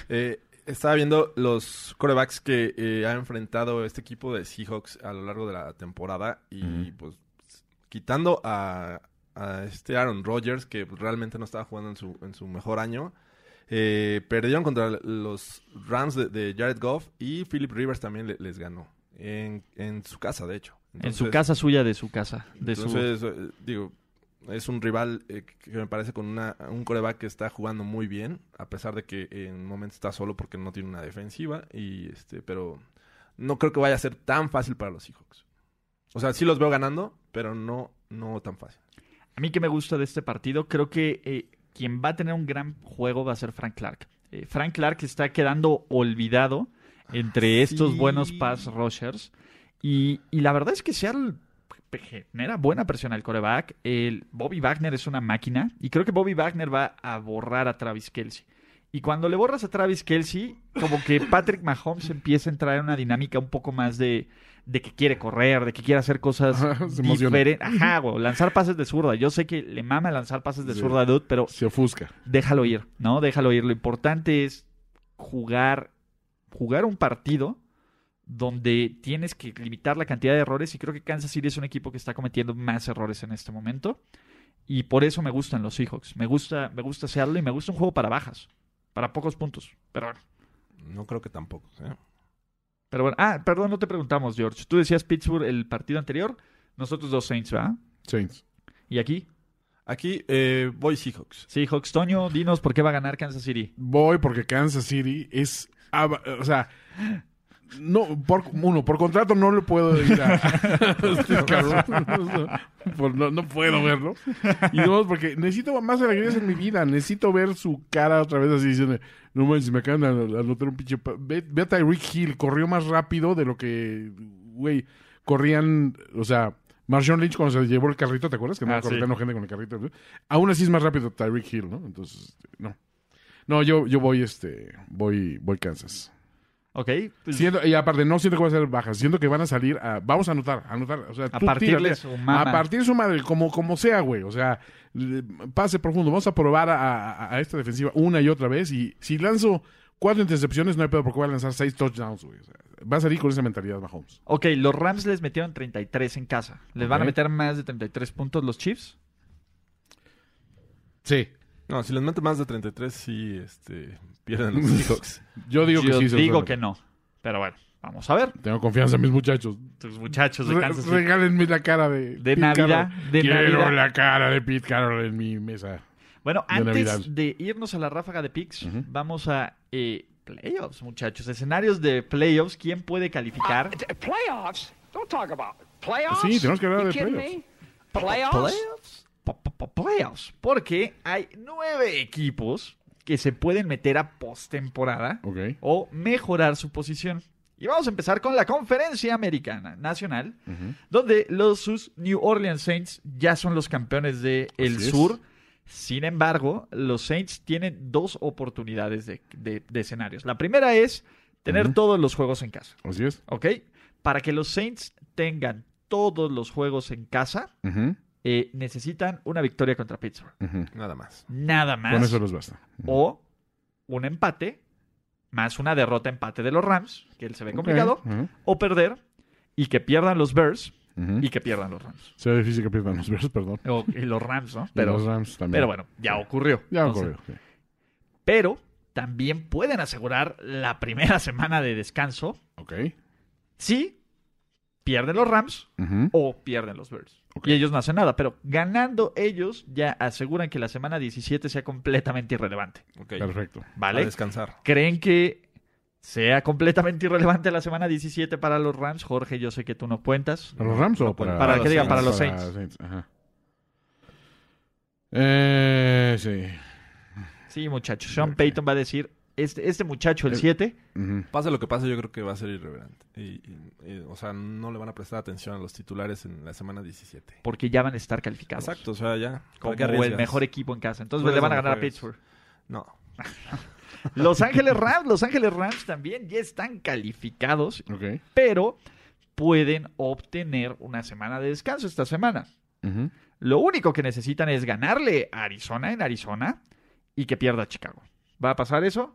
Speaker 2: Eh, estaba viendo los corebacks que eh, ha enfrentado este equipo de Seahawks a lo largo de la temporada y
Speaker 3: Ujú.
Speaker 2: pues quitando a, a este Aaron Rodgers que realmente no estaba jugando en su, en su mejor año. eh, perdieron contra los Rams de, de Jared Goff y Philip Rivers también le- les ganó. En, en su casa, de hecho.
Speaker 1: En su
Speaker 2: Entonces-
Speaker 1: casa suya de su casa. De su...
Speaker 2: entonces, eh, digo, Es un rival eh, que me parece con una, un coreback que está jugando muy bien, a pesar de que en momentos está solo porque no tiene una defensiva. Y este, pero no creo que vaya a ser tan fácil para los Seahawks. O sea, sí los veo ganando, pero no, no tan fácil.
Speaker 1: A mí que me gusta de este partido, creo que eh, quien va a tener un gran juego va a ser Frank Clark. Eh, Frank Clark está quedando olvidado
Speaker 3: Ah,
Speaker 1: entre estos
Speaker 2: sí.
Speaker 1: buenos pass rushers. Y, y la verdad es que Seattle pe- genera buena presión al coreback. El Bobby Wagner es una máquina. Y creo que Bobby Wagner va a borrar a Travis Kelsey. Y cuando le borras a Travis Kelsey, como que Patrick Mahomes empieza a entrar en una dinámica un poco más de, de que quiere correr, de que quiere hacer cosas
Speaker 3: Se emociona.
Speaker 1: diferentes. Ajá, güey, lanzar pases de zurda. Yo sé que le mama lanzar pases de
Speaker 3: Sí.
Speaker 1: zurda, dude, pero
Speaker 3: Se ofusca.
Speaker 1: déjalo ir, ¿no? Déjalo ir. Lo importante es jugar, jugar un partido donde tienes que limitar la cantidad de errores y creo que Kansas City es un equipo que está cometiendo más errores en este momento y por eso me gustan los Seahawks. Me gusta, me gusta Seattle y me gusta un juego para bajas, para pocos puntos. Pero,
Speaker 2: No creo que tampoco. ¿eh?
Speaker 1: pero bueno, ah, perdón, no te preguntamos, George. Tú decías Pittsburgh el partido anterior, nosotros dos Saints, ¿verdad?
Speaker 3: Saints.
Speaker 1: Y aquí,
Speaker 2: Aquí eh, voy Seahawks.
Speaker 1: Seahawks, Toño, dinos por qué va a ganar Kansas City.
Speaker 3: Voy porque Kansas City es. ab- O sea. No, por, uno, por contrato no le puedo ir a. este cabrón. Por- no, no puedo verlo. Y dos, porque necesito más alegrías en mi vida. Necesito ver su cara otra vez así diciendo: No manches, me acaban de an- anotar un pinche. pa- Ve, ve a Tyreek Hill, corrió más rápido de lo que. Güey, corrían. O sea, Marshawn Lynch cuando se llevó el carrito, ¿te acuerdas? Que no
Speaker 1: Ah, sí.
Speaker 3: gente con el carrito. Aún así es más rápido Tyreek Hill, ¿no? Entonces, este, no. No, yo, yo voy, este, voy, voy Kansas.
Speaker 1: ¿Ok? pues-
Speaker 3: Siento- y aparte, no siento que va a ser baja, siento que van a salir a, vamos a anotar, a anotar. O sea,
Speaker 1: A
Speaker 3: tú
Speaker 1: partirle
Speaker 3: tírale.
Speaker 1: su mama.
Speaker 3: A partir de su madre, como, como sea, güey. O sea, le- pase profundo. Vamos a probar a, a- a esta defensiva una y otra vez. Y si lanzo cuatro intercepciones, no hay pedo, porque voy a lanzar seis touchdowns, güey. O sea, va a salir con esa mentalidad Mahomes.
Speaker 1: Ok, los Rams les metieron 33 en casa. ¿Les van a
Speaker 3: Ok.
Speaker 1: meter más de 33 puntos los Chiefs?
Speaker 3: Sí.
Speaker 2: No, si les mete más de 33, sí este, pierden los Seahawks.
Speaker 3: Yo digo que
Speaker 1: Yo
Speaker 3: sí. se los
Speaker 1: digo
Speaker 3: doy.
Speaker 1: que no. Pero bueno, vamos a ver.
Speaker 3: Tengo confianza en mis muchachos.
Speaker 1: Tus muchachos de
Speaker 3: Re-
Speaker 1: Kansas City.
Speaker 3: Regálenme la cara de.
Speaker 1: De
Speaker 3: Pete
Speaker 1: Navidad,
Speaker 3: Carroll.
Speaker 1: de
Speaker 3: Quiero
Speaker 1: Navidad.
Speaker 3: la cara de Pete Carroll en mi mesa.
Speaker 1: Bueno,
Speaker 3: de Navidad.
Speaker 1: antes de irnos a la ráfaga de picks, vamos a eh, playoffs, muchachos. Escenarios de playoffs. ¿Quién puede calificar?
Speaker 5: Uh, playoffs? Don't talk about it. Playoffs?
Speaker 3: Sí, tenemos que hablar
Speaker 5: You
Speaker 3: de
Speaker 5: kidding
Speaker 3: playoffs.
Speaker 5: me? Playoffs?
Speaker 1: Pa- pa- pa- Playoffs. Porque hay nueve equipos que se pueden meter a postemporada.
Speaker 3: Ok.
Speaker 1: o mejorar su posición. Y vamos a empezar con la conferencia americana nacional, donde los sus New Orleans Saints ya son los campeones del el
Speaker 3: Así es.
Speaker 1: sur. Sin embargo, los Saints tienen dos oportunidades de, de- de escenarios. La primera es tener todos los juegos en casa,
Speaker 3: Así es.
Speaker 1: ¿ok? Para que los Saints tengan todos los juegos en casa,
Speaker 3: Ujú,
Speaker 1: eh, necesitan una victoria contra Pittsburgh.
Speaker 3: ujú.
Speaker 2: Nada más.
Speaker 1: Nada más.
Speaker 3: Con eso los basta.
Speaker 1: o un empate más una derrota empate de los Rams, que él se ve complicado,
Speaker 3: Ok, ujú,
Speaker 1: o perder y que pierdan los Bears
Speaker 3: ujú.
Speaker 1: y que pierdan los Rams.
Speaker 3: Se ve difícil que pierdan los Bears, perdón.
Speaker 1: O- y los Rams, ¿no?
Speaker 3: Y
Speaker 1: Pero,
Speaker 3: los Rams también.
Speaker 1: pero bueno, ya ocurrió.
Speaker 3: Ya
Speaker 1: Entonces,
Speaker 3: ocurrió. sí.
Speaker 1: Pero también pueden asegurar la primera semana de descanso
Speaker 3: Ok.
Speaker 1: si pierden los Rams
Speaker 3: ujú.
Speaker 1: o pierden los Bears.
Speaker 3: Ok.
Speaker 1: Y ellos no hacen nada, pero ganando ellos ya aseguran que la semana 17 sea completamente irrelevante.
Speaker 2: Ok.
Speaker 3: Perfecto.
Speaker 2: A
Speaker 1: ¿Vale?
Speaker 2: descansar.
Speaker 1: ¿Creen que sea completamente irrelevante la semana 17 para los Rams? Jorge, yo sé que tú no cuentas.
Speaker 3: ¿Para los Rams o
Speaker 2: No,
Speaker 3: para,
Speaker 1: para que digan,
Speaker 2: Saints.
Speaker 1: para los Saints.
Speaker 3: Ajá. Eh, sí.
Speaker 1: Sí, muchachos. Sean Payton va a decir, este, este muchacho, el
Speaker 3: El-
Speaker 1: 7,
Speaker 3: Ujú.
Speaker 2: Pase lo que pase, yo creo que va a ser irreverente. Y, y- y, o sea, no le van a prestar atención a los titulares en la semana 17.
Speaker 1: porque ya van a estar calificados.
Speaker 2: Exacto, o sea, ya. ¿para
Speaker 1: Como
Speaker 2: qué arriesgas?
Speaker 1: el mejor equipo en casa. Entonces
Speaker 2: Por
Speaker 1: le
Speaker 2: eso
Speaker 1: van a
Speaker 2: no
Speaker 1: ganar a
Speaker 2: juegues.
Speaker 1: Pittsburgh.
Speaker 2: No.
Speaker 1: Los Ángeles Rams, Los Ángeles Rams también ya están calificados,
Speaker 3: Ok.
Speaker 1: pero pueden obtener una semana de descanso esta semana.
Speaker 3: Ujú.
Speaker 1: Lo único que necesitan es ganarle a Arizona en Arizona y que pierda Chicago. ¿Va a pasar eso?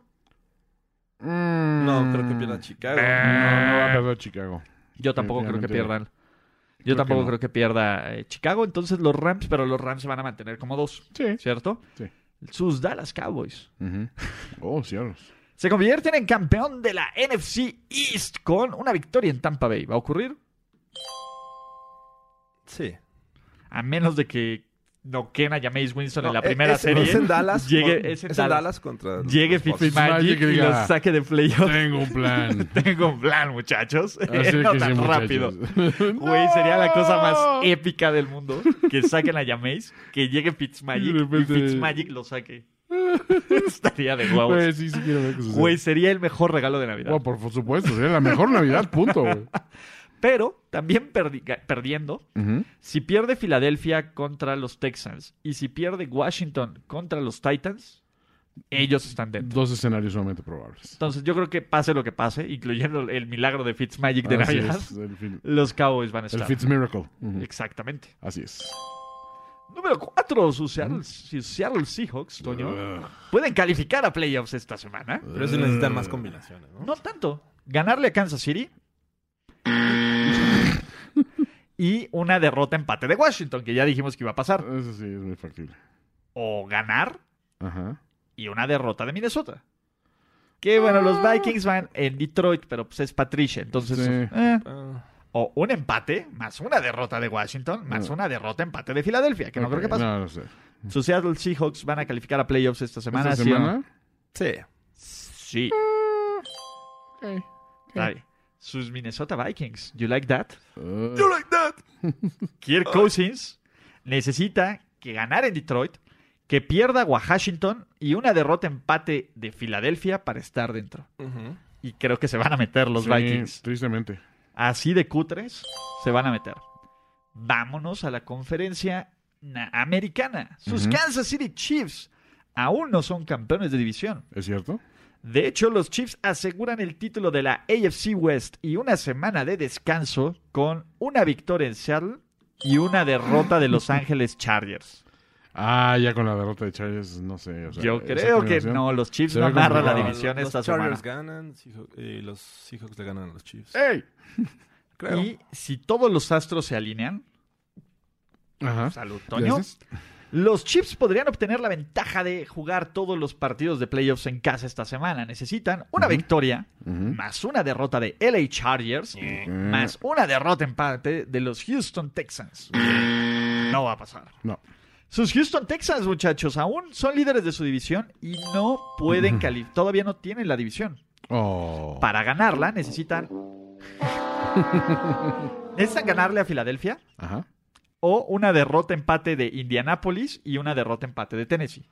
Speaker 2: No, creo que pierda Chicago.
Speaker 3: Mm. No, no va a perder Chicago.
Speaker 1: Yo tampoco creo que
Speaker 3: Definitivamente
Speaker 1: pierdan. Yo
Speaker 3: Creo que
Speaker 1: tampoco
Speaker 3: no.
Speaker 1: creo que pierda eh, Chicago. Entonces los Rams, pero los Rams se van a mantener como dos,
Speaker 3: Sí.
Speaker 1: ¿cierto?
Speaker 3: Sí.
Speaker 1: Sus Dallas Cowboys
Speaker 3: Ujú. Oh, cielos.
Speaker 1: se convierten en campeón de la NFC East con una victoria en Tampa Bay. ¿Va a ocurrir?
Speaker 2: Sí.
Speaker 1: A menos de que noquen a Jameis Winston en la
Speaker 2: No, e-
Speaker 1: primera
Speaker 2: es-
Speaker 1: serie.
Speaker 2: Es en Dallas.
Speaker 1: Llegue,
Speaker 2: con-
Speaker 1: es en
Speaker 2: en
Speaker 1: Dallas.
Speaker 2: Dallas contra. los-
Speaker 1: Llegue
Speaker 2: los Bucks.
Speaker 1: Fitzmagic
Speaker 3: Magic y
Speaker 1: y los
Speaker 3: diga,
Speaker 1: saque de playoff.
Speaker 3: Tengo un plan.
Speaker 1: Tengo un plan, muchachos.
Speaker 3: Así
Speaker 1: no
Speaker 3: que sí,
Speaker 1: tan
Speaker 3: muchachos.
Speaker 1: rápido. Güey, sería la cosa más épica del mundo que saquen a Jameis, que llegue Fitzmagic
Speaker 3: Y
Speaker 1: y,
Speaker 3: de repente-
Speaker 1: Fitzmagic lo saque. Estaría de
Speaker 3: Güey,
Speaker 1: huevos.
Speaker 3: sí, sí quiero ver que suceda.
Speaker 1: Güey, sería el mejor regalo de Navidad.
Speaker 3: Bueno, por supuesto, sería la mejor Navidad, punto. güey.
Speaker 1: Pero también perdi- ga- perdiendo, si pierde Filadelfia contra los Texans y si pierde Washington contra los Titans, ellos están dentro.
Speaker 3: Dos escenarios sumamente probables.
Speaker 1: Entonces yo creo que pase lo que pase, incluyendo el milagro de Fitzmagic de
Speaker 3: Así
Speaker 1: Navidad,
Speaker 3: es, el, fin-
Speaker 1: los Cowboys van a
Speaker 3: el
Speaker 1: estar.
Speaker 3: Fitz Miracle. Ujú.
Speaker 1: Exactamente.
Speaker 3: Así es.
Speaker 1: Número 4, sus Seattle, sus Seattle Seahawks, Toño,
Speaker 3: Ugh.
Speaker 1: pueden calificar a playoffs esta semana.
Speaker 2: Pero eso necesitan más combinaciones, ¿no?
Speaker 1: No tanto. Ganarle a Kansas City. Y una derrota empate de Washington, que ya dijimos que iba a pasar.
Speaker 3: Eso sí, es muy factible.
Speaker 1: O ganar
Speaker 3: Ajá.
Speaker 1: y una derrota de Minnesota. Que bueno, los
Speaker 3: Ah.
Speaker 1: Vikings van en Detroit, pero pues es Patricia. Entonces,
Speaker 3: Sí.
Speaker 1: eh,
Speaker 2: Ah,
Speaker 1: o un empate, más una derrota de Washington, más
Speaker 3: No.
Speaker 1: una derrota empate de Filadelfia, que no creo que
Speaker 3: Ok,
Speaker 1: pase.
Speaker 3: No, no sé.
Speaker 1: Sus Seattle Seahawks van a calificar a playoffs esta semana.
Speaker 3: ¿Esta
Speaker 1: ¿sí o no?
Speaker 3: semana?
Speaker 2: sí.
Speaker 1: Sí,
Speaker 3: Ok.
Speaker 1: está bien. Sus Minnesota Vikings. You like that?
Speaker 3: Ugh.
Speaker 1: Kirk Cousins necesita que ganar en Detroit, que pierda Washington y una derrota empate de Filadelfia para estar dentro.
Speaker 2: Ujú.
Speaker 1: Y creo que se van a meter los
Speaker 3: pues Sí,
Speaker 1: Vikings.
Speaker 3: Tristemente.
Speaker 1: Así de cutres se van a meter. Vámonos a la conferencia na- americana. Sus
Speaker 3: Ujú.
Speaker 1: Kansas City Chiefs aún no son campeones de división.
Speaker 3: ¿Es cierto?
Speaker 1: De hecho, los Chiefs aseguran el título de la AFC West y una semana de descanso con una victoria en Seattle y una derrota de Los Ángeles Chargers.
Speaker 3: Ah, ya con la derrota de Chargers, no sé. o sea,
Speaker 1: Yo
Speaker 3: esa
Speaker 1: creo que
Speaker 3: combinación.
Speaker 1: no, los Chiefs
Speaker 3: se
Speaker 1: no
Speaker 3: ve
Speaker 1: amarran la
Speaker 3: complicado.
Speaker 1: división
Speaker 2: los
Speaker 1: esta
Speaker 2: Chargers
Speaker 1: semana. Eh,
Speaker 2: ganan Seahawks- y los Seahawks le ganan a los Chiefs.
Speaker 3: ¡Ey!
Speaker 2: Creo.
Speaker 1: Y si todos los astros se alinean,
Speaker 3: Ajá.
Speaker 1: salud, Toño,
Speaker 3: Gracias.
Speaker 1: ¿Ah? los Chiefs podrían obtener la ventaja de jugar todos los partidos de playoffs en casa esta semana. Necesitan una victoria,
Speaker 3: Ujú.
Speaker 1: más una derrota de LA Chargers, más una derrota empate de los Houston Texans. No va a pasar.
Speaker 3: No.
Speaker 1: Sus Houston Texans, muchachos, aún son líderes de su división y no pueden calificar. Todavía no tienen la división.
Speaker 3: Oh.
Speaker 1: Para ganarla necesitan. necesitan ganarle a Filadelfia
Speaker 3: Ajá.
Speaker 1: o una derrota empate de Indianápolis y una derrota empate de Tennessee.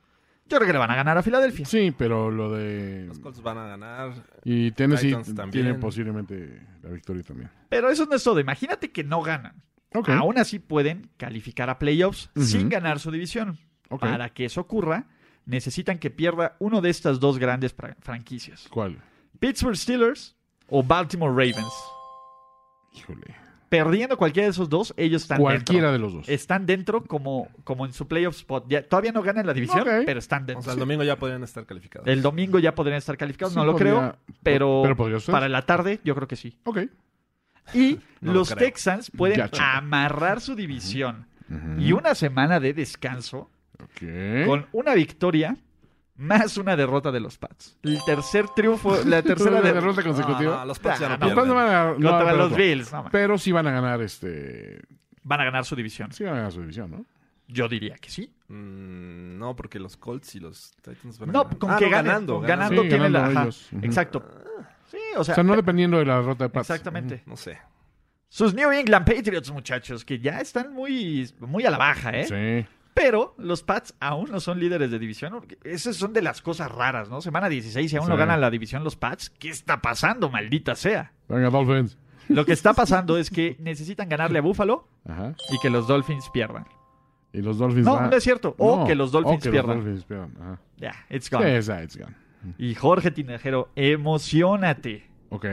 Speaker 1: Yo creo que le van a ganar a Filadelfia.
Speaker 3: Sí, pero lo de.
Speaker 2: Los Colts van a ganar.
Speaker 3: Y Tennessee
Speaker 2: Titans también.
Speaker 3: tiene posiblemente la victoria también.
Speaker 1: Pero eso no es todo. Imagínate que no ganan.
Speaker 3: Ok.
Speaker 1: Aún así pueden calificar a playoffs
Speaker 3: Ujú.
Speaker 1: sin ganar su división.
Speaker 3: ok.
Speaker 1: Para que eso ocurra, necesitan que pierda uno de estas dos grandes fra- franquicias.
Speaker 3: ¿Cuál?
Speaker 1: Pittsburgh Steelers o Baltimore Ravens.
Speaker 3: Híjole.
Speaker 1: Perdiendo cualquiera de esos dos, ellos están dentro.
Speaker 3: Cualquiera de los dos.
Speaker 1: Están dentro como, como en su playoff spot. Ya, todavía no ganan la división,
Speaker 3: Ok.
Speaker 1: pero están dentro.
Speaker 2: O sea, el domingo ya podrían estar calificados.
Speaker 1: El domingo ya podrían estar calificados,
Speaker 3: Sí,
Speaker 1: no lo
Speaker 3: podría-
Speaker 1: creo, pero,
Speaker 3: pero podría ser.
Speaker 1: para la tarde yo creo que sí.
Speaker 3: Ok.
Speaker 1: Y
Speaker 2: No lo
Speaker 1: los
Speaker 2: creo.
Speaker 1: Texans pueden
Speaker 3: Ya, chica.
Speaker 1: amarrar su división
Speaker 3: Ujú. ¿Eh?
Speaker 1: y una semana de descanso
Speaker 3: Ok.
Speaker 1: con una victoria más una derrota de los Pats. El tercer triunfo, la tercera
Speaker 3: ¿La
Speaker 1: derrota.
Speaker 3: derrota consecutiva.
Speaker 2: Ah, los Pats ya
Speaker 1: Ah, no,
Speaker 2: no,
Speaker 3: Los Pats
Speaker 2: pierden.
Speaker 3: no van a ganar- no van a
Speaker 1: Contra
Speaker 3: perder
Speaker 1: los
Speaker 3: todo.
Speaker 1: Bills, no, man.
Speaker 3: Pero sí van a ganar este.
Speaker 1: van a ganar su división.
Speaker 3: Sí van a ganar su división, ¿no?
Speaker 1: Yo diría que sí.
Speaker 2: Mm, no, porque los Colts y los Titans van a
Speaker 1: No,
Speaker 2: ganar.
Speaker 1: con
Speaker 2: Ah,
Speaker 1: que
Speaker 2: no,
Speaker 1: ganen,
Speaker 2: ganando,
Speaker 1: ganando, ganando
Speaker 3: Sí,
Speaker 1: tienen
Speaker 3: ganando
Speaker 1: la. ajá,
Speaker 3: ellos. Ujú.
Speaker 1: Exacto. Sí, o
Speaker 3: O
Speaker 1: sea, eh,
Speaker 3: sea, no dependiendo de la derrota de Pats.
Speaker 1: exactamente.
Speaker 2: No sé.
Speaker 1: Sus New England Patriots, muchachos, que ya están muy, muy a la baja, ¿eh?
Speaker 3: Sí.
Speaker 1: Pero los Pats aún no son líderes de división. porque Esas son de las cosas raras, ¿no? Semana 16 y aún
Speaker 3: Sí.
Speaker 1: no ganan la división los Pats. ¿Qué está pasando, maldita sea?
Speaker 3: Venga, Dolphins.
Speaker 1: Lo que está pasando es que necesitan ganarle a Buffalo
Speaker 3: Ajá.
Speaker 1: y que los Dolphins pierdan.
Speaker 3: Y los Dolphins
Speaker 1: No,
Speaker 3: van-
Speaker 1: no es cierto. O
Speaker 3: No,
Speaker 1: que los Dolphins
Speaker 3: o que
Speaker 1: pierdan.
Speaker 3: Los Dolphins pierdan. Ajá.
Speaker 1: Ya, it's
Speaker 3: Sí,
Speaker 1: gone.
Speaker 3: esa, it's gone.
Speaker 1: Y Jorge Tinajero, emocionate.
Speaker 3: Ok.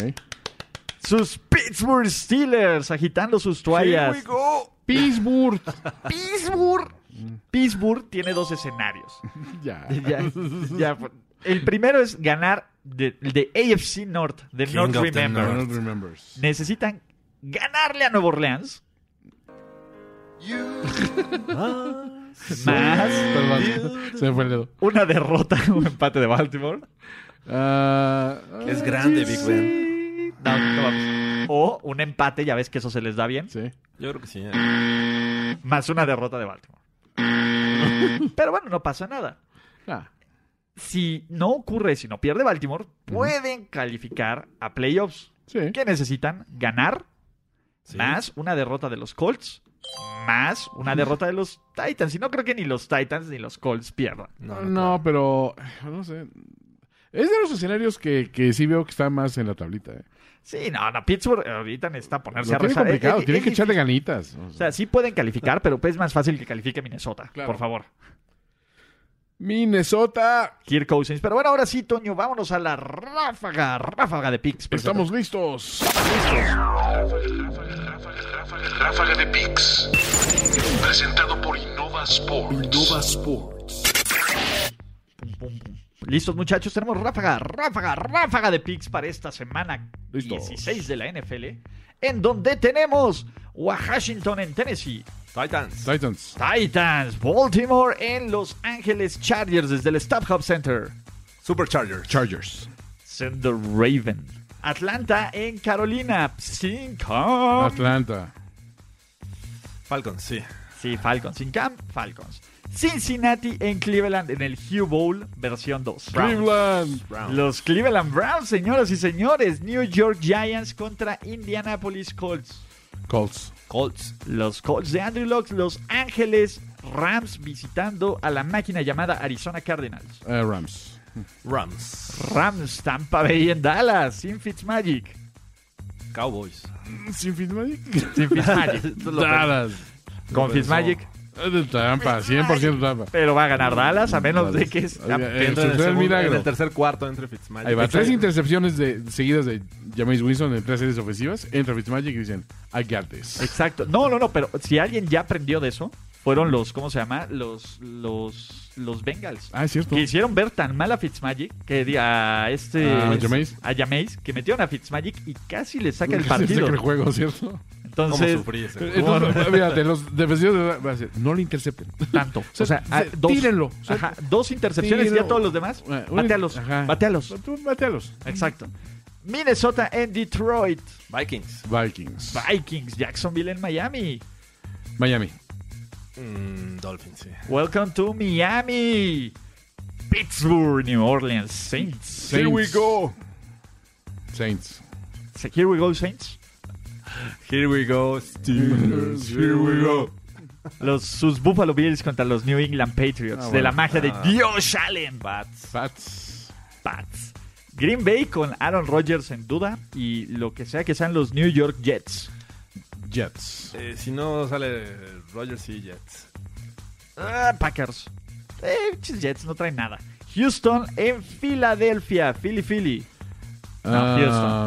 Speaker 1: Sus Pittsburgh Steelers agitando sus toallas.
Speaker 3: Pittsburgh.
Speaker 1: Pittsburgh. Pittsburgh tiene dos escenarios.
Speaker 3: ya.
Speaker 1: Ya, ya, por- El primero es ganar de, de AFC North, de
Speaker 2: King
Speaker 1: North
Speaker 2: of the
Speaker 1: Remember.
Speaker 2: North.
Speaker 3: Arnold remembers.
Speaker 1: Necesitan ganarle a Nueva Orleans. Más
Speaker 3: Perdón, se me fue el dedo.
Speaker 1: una derrota o empate de Baltimore.
Speaker 3: Ah,
Speaker 2: Es
Speaker 3: ah,
Speaker 2: grande,
Speaker 3: sí,
Speaker 2: Big Ben.
Speaker 1: No, no vamos. O un empate, ya ves que eso se les da bien.
Speaker 3: Sí.
Speaker 2: Yo creo que sí. ¿eh?
Speaker 1: Más una derrota de Baltimore. Pero bueno, no pasa nada.
Speaker 3: Ah,
Speaker 1: Si no ocurre, si no pierde Baltimore, pueden calificar a playoffs.
Speaker 3: sí.
Speaker 1: ¿Qué necesitan? Ganar más una derrota de los Colts, más
Speaker 3: Mm.
Speaker 1: una derrota de los Titans. Y no creo que ni los Titans ni los Colts pierdan.
Speaker 3: No, no, pero no sé. Es de los escenarios que, que sí veo que está más en la tablita. ¿eh?
Speaker 1: Sí, no, no, Pittsburgh ahorita necesita
Speaker 3: Lo
Speaker 1: ponerse a
Speaker 3: tiene
Speaker 1: rezar.
Speaker 3: complicado,
Speaker 1: Eh, eh,
Speaker 3: tiene
Speaker 1: eh,
Speaker 3: que
Speaker 1: eh,
Speaker 3: echarle ganitas. o
Speaker 1: O
Speaker 3: sea.
Speaker 1: sea, sí pueden calificar, pero es más fácil que califique Minnesota,
Speaker 3: Claro.
Speaker 1: por favor.
Speaker 3: Minnesota,
Speaker 1: Kirk Cousins. Pero bueno, ahora sí, Toño, vámonos a la ráfaga, ráfaga de picks.
Speaker 3: estamos listos.
Speaker 6: Ráfaga de Pix. Presentado por Innova Sports. Innova Sports.
Speaker 1: Pum, pum, pum. Listos, muchachos, tenemos ráfaga, ráfaga, ráfaga de picks para esta semana
Speaker 3: Listos.
Speaker 1: 16 de la NFL, en donde tenemos Washington en Tennessee,
Speaker 2: Titans.
Speaker 3: Titans,
Speaker 1: Titans, Baltimore en Los Ángeles Chargers desde el StubHub Center,
Speaker 2: Superchargers.
Speaker 3: Chargers,
Speaker 1: Send the Raven, Atlanta en Carolina, sin
Speaker 3: Oh.
Speaker 1: camp.
Speaker 3: Atlanta,
Speaker 2: Falcons, sí.
Speaker 1: Sí, Falcons, sin camp, Falcons. Cincinnati en Cleveland en el Hugh Bowl versión 2.
Speaker 3: Cleveland,
Speaker 2: Brown.
Speaker 1: Los Cleveland Browns, señoras y señores. New York Giants contra Indianapolis Colts.
Speaker 3: Colts,
Speaker 2: Colts.
Speaker 1: Los Colts de Andrew Locke. Los Ángeles Rams visitando a la máquina llamada Arizona Cardinals.
Speaker 3: eh, Rams,
Speaker 2: Rams.
Speaker 1: Rams Tampa Bay en Dallas. Sin Fitzmagic.
Speaker 2: Cowboys.
Speaker 3: sin Fitzmagic,
Speaker 1: Sin Fitzmagic.
Speaker 3: Dallas,
Speaker 1: Con Fitzmagic.
Speaker 3: Eh, de Tampa, 100% Tampa.
Speaker 1: Pero va a ganar Dallas a menos de que...
Speaker 3: Oiga,
Speaker 1: sea-
Speaker 2: Entra en el,
Speaker 3: eh, sucede el
Speaker 2: segundo- en
Speaker 3: milagro.
Speaker 2: el tercer cuarto entre Fitzmagic.
Speaker 3: Ahí va, tres
Speaker 2: Exacto.
Speaker 3: intercepciones de, seguidas de James Winston en tres series ofensivas. Entra Fitzmagic y dicen, I got this.
Speaker 1: Exacto. No, no, no, pero si alguien ya aprendió de eso, fueron los, ¿cómo se llama? Los, los, los Bengals.
Speaker 3: Ah, es cierto.
Speaker 1: Que hicieron ver tan mal a Fitzmagic que di- a este
Speaker 3: Ah,
Speaker 1: es-
Speaker 3: Jameis.
Speaker 1: a Jameis, que metieron a Fitzmagic y casi le saca el
Speaker 3: Se saca
Speaker 1: partido.
Speaker 3: el juego, ¿cierto?
Speaker 2: ¿Cómo
Speaker 1: Entonces,
Speaker 2: sufrí ese?
Speaker 3: Entonces, fíjate, los defensivos de- va a decir, no le intercepten.
Speaker 1: tanto. O sea,
Speaker 3: Se-
Speaker 1: a- dos,
Speaker 3: tírenlo.
Speaker 1: ajá, dos intercepciones y
Speaker 3: Tiro.
Speaker 1: ya todos los demás.
Speaker 3: Eh, un-
Speaker 1: Batealos.
Speaker 3: ajá.
Speaker 1: Batealos.
Speaker 3: Tú batealos.
Speaker 1: Exacto. Minnesota en Detroit.
Speaker 2: Vikings.
Speaker 3: Vikings.
Speaker 1: Vikings, Jacksonville en Miami.
Speaker 3: Miami.
Speaker 2: Mm, Dolphins, sí.
Speaker 1: Welcome to Miami. Pittsburgh, New Orleans Saints.
Speaker 3: Here we go. Saints.
Speaker 1: So here we go, Saints.
Speaker 2: Here we go, Steelers. Here we go.
Speaker 1: Los, sus Buffalo Bills contra los New England Patriots.
Speaker 3: Ah,
Speaker 1: De
Speaker 3: bueno.
Speaker 1: la magia de Dios Allen.
Speaker 3: Pats.
Speaker 1: Pats. Green Bay con Aaron Rodgers en duda y lo que sea que sean los New York Jets.
Speaker 3: Jets.
Speaker 2: Eh, si no sale Rogers y Jets.
Speaker 1: Ah, Packers. Eh, chis Jets no traen nada. Houston en Filadelfia. Philly, Philly.
Speaker 3: Ah,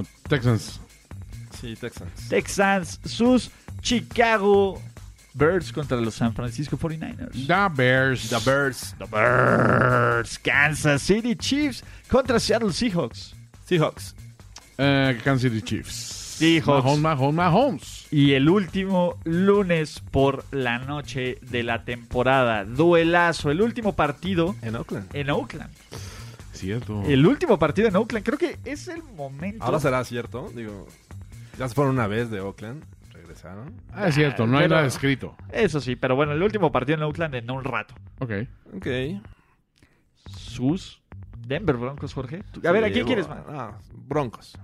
Speaker 1: Houston.
Speaker 3: Texans.
Speaker 2: Sí, Texans.
Speaker 1: Texans. Sus Chicago Birds contra los San Francisco 49ers.
Speaker 3: The Bears.
Speaker 2: The Bears.
Speaker 1: The Birds. Kansas City Chiefs contra Seattle Seahawks.
Speaker 2: Seahawks.
Speaker 3: Eh, Kansas City Chiefs.
Speaker 1: Seahawks.
Speaker 3: Mahomes, Mahomes, Mahomes.
Speaker 1: Y el último lunes por la noche de la temporada. Duelazo. El último partido
Speaker 2: En Oakland.
Speaker 1: en Oakland.
Speaker 3: Cierto.
Speaker 1: El último partido en Oakland. Creo que es el momento.
Speaker 2: Ahora será cierto. Digo, ya se fueron una vez de Oakland. Regresaron.
Speaker 3: Ah, es cierto, no hay
Speaker 1: Pero-
Speaker 3: nada escrito.
Speaker 1: Eso sí, pero bueno, el último partido en Oakland en un rato.
Speaker 3: Ok.
Speaker 2: Ok.
Speaker 1: Sus Denver Broncos, Jorge. Tú- A ver, ¿a quién
Speaker 2: Sí,
Speaker 1: quieres
Speaker 2: bo-
Speaker 1: más?
Speaker 2: Ah, Broncos.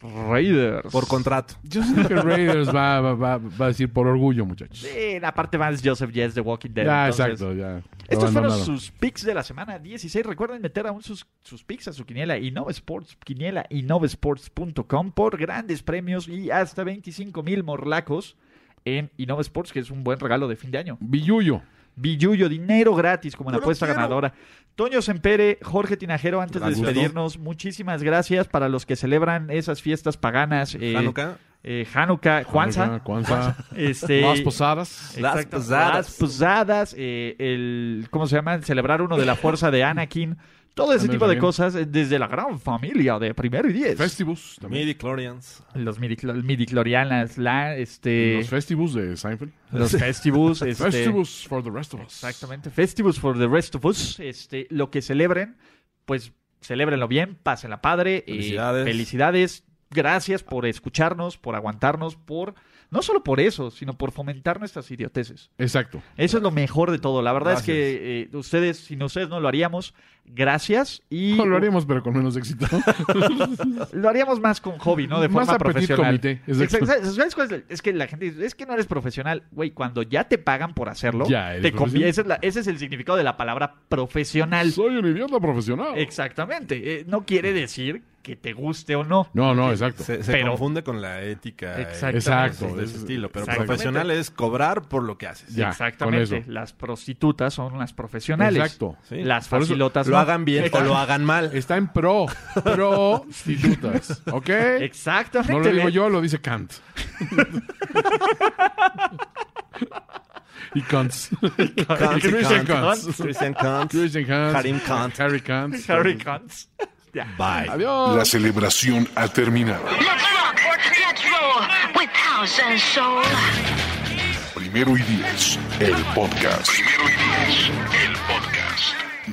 Speaker 1: Raiders.
Speaker 2: Por contrato.
Speaker 3: Yo siento que Raiders va, va, va- va a decir por orgullo, muchachos.
Speaker 1: Sí, aparte más Joseph Jess de Walking Dead.
Speaker 3: ya,
Speaker 1: entonces-
Speaker 3: exacto, ya.
Speaker 1: Estos fueron
Speaker 3: Abandonaron.
Speaker 1: sus picks de la semana 16. Recuerden meter aún sus, sus picks a su quiniela Innovasports, quiniela innovasports.com por grandes premios y hasta 25 mil morlacos en Innovasports, que es un buen regalo de fin de año.
Speaker 3: Billuyo.
Speaker 1: Billuyo, dinero gratis como la
Speaker 2: Yo lo
Speaker 1: apuesta
Speaker 2: quiero.
Speaker 1: ganadora. Toño Sempere, Jorge Tinajero, antes
Speaker 2: Gracias.
Speaker 1: de despedirnos, muchísimas gracias para los que celebran esas fiestas paganas. Eh,
Speaker 2: Hanukkah.
Speaker 1: eh, Hanukkah, Juanza.
Speaker 3: Juanza. Juanza.
Speaker 1: Este,
Speaker 3: Las
Speaker 2: pues
Speaker 3: posadas.
Speaker 2: Las
Speaker 1: Exacto.
Speaker 2: posadas.
Speaker 1: Las posadas, eh, el, ¿cómo se llama? El Celebrar uno de la fuerza de Anakin. Todo ese
Speaker 3: También,
Speaker 1: tipo de
Speaker 3: también.
Speaker 1: cosas eh, desde la gran familia de Primero y Diez.
Speaker 3: Festivus también.
Speaker 2: Midi Clorians.
Speaker 1: los midiclo- midiclorianas, la, este,
Speaker 3: Los Festivus de Seinfeld.
Speaker 1: los festivus. este,
Speaker 3: Festivus for the rest of us.
Speaker 1: Exactamente. Festivus for the rest of us. Este, lo que celebren, pues celébrenlo bien, pásenla padre. eh,
Speaker 2: Felicidades.
Speaker 1: felicidades. gracias por escucharnos, por aguantarnos, por no solo por eso, sino por fomentar nuestras idioteces.
Speaker 3: Exacto.
Speaker 1: Eso es lo mejor de todo. La verdad
Speaker 2: Gracias.
Speaker 1: es que eh, ustedes, sin ustedes no lo haríamos. Gracias y
Speaker 3: No, lo haríamos, pero con menos éxito.
Speaker 1: lo haríamos más con hobby, ¿no? De
Speaker 3: Más
Speaker 1: forma
Speaker 3: a petit
Speaker 1: profesional.
Speaker 3: comité, exacto.
Speaker 1: Exacto. ¿Sabes- sabes cuál es, el- es que la gente dice, es que no eres profesional. Güey, cuando ya te pagan por hacerlo,
Speaker 3: Ya eres
Speaker 1: te convi-
Speaker 3: profesional.
Speaker 1: esa es la- ese es el significado de la palabra profesional.
Speaker 3: Soy un idiota profesional.
Speaker 1: Exactamente. Eh, no quiere decir que te guste o no.
Speaker 3: No, no, exacto.
Speaker 2: Se, se
Speaker 1: Pero-
Speaker 2: confunde con la ética. eh,
Speaker 1: Exacto.
Speaker 3: Exacto.
Speaker 2: De ese
Speaker 3: es-
Speaker 2: estilo, pero
Speaker 1: Exactamente.
Speaker 2: profesional es cobrar por lo que haces.
Speaker 3: Ya,
Speaker 1: Exactamente.
Speaker 3: con eso.
Speaker 1: Las prostitutas son las profesionales.
Speaker 3: Exacto.
Speaker 2: Sí.
Speaker 1: Las
Speaker 3: Por eso
Speaker 1: facilotas
Speaker 2: Lo
Speaker 1: no.
Speaker 2: hagan bien o lo hagan mal.
Speaker 3: Está en pro. Prostitutas. ¿Ok?
Speaker 1: Exactamente.
Speaker 3: No lo digo
Speaker 1: ve.
Speaker 3: yo, lo dice Kant. y Kant.
Speaker 2: Kant,
Speaker 3: Christian
Speaker 2: Kant,
Speaker 3: Kant.
Speaker 2: Christian Kant.
Speaker 3: Christian Kant.
Speaker 2: Karim Kant.
Speaker 3: Harry Kant.
Speaker 1: Harry Cunts. Ya.
Speaker 2: Bye.
Speaker 3: Adiós.
Speaker 6: La celebración ha terminado.
Speaker 7: Let's rock, let's roll with house and soul.
Speaker 6: Primero y diez, el podcast. Primero y diez, el podcast.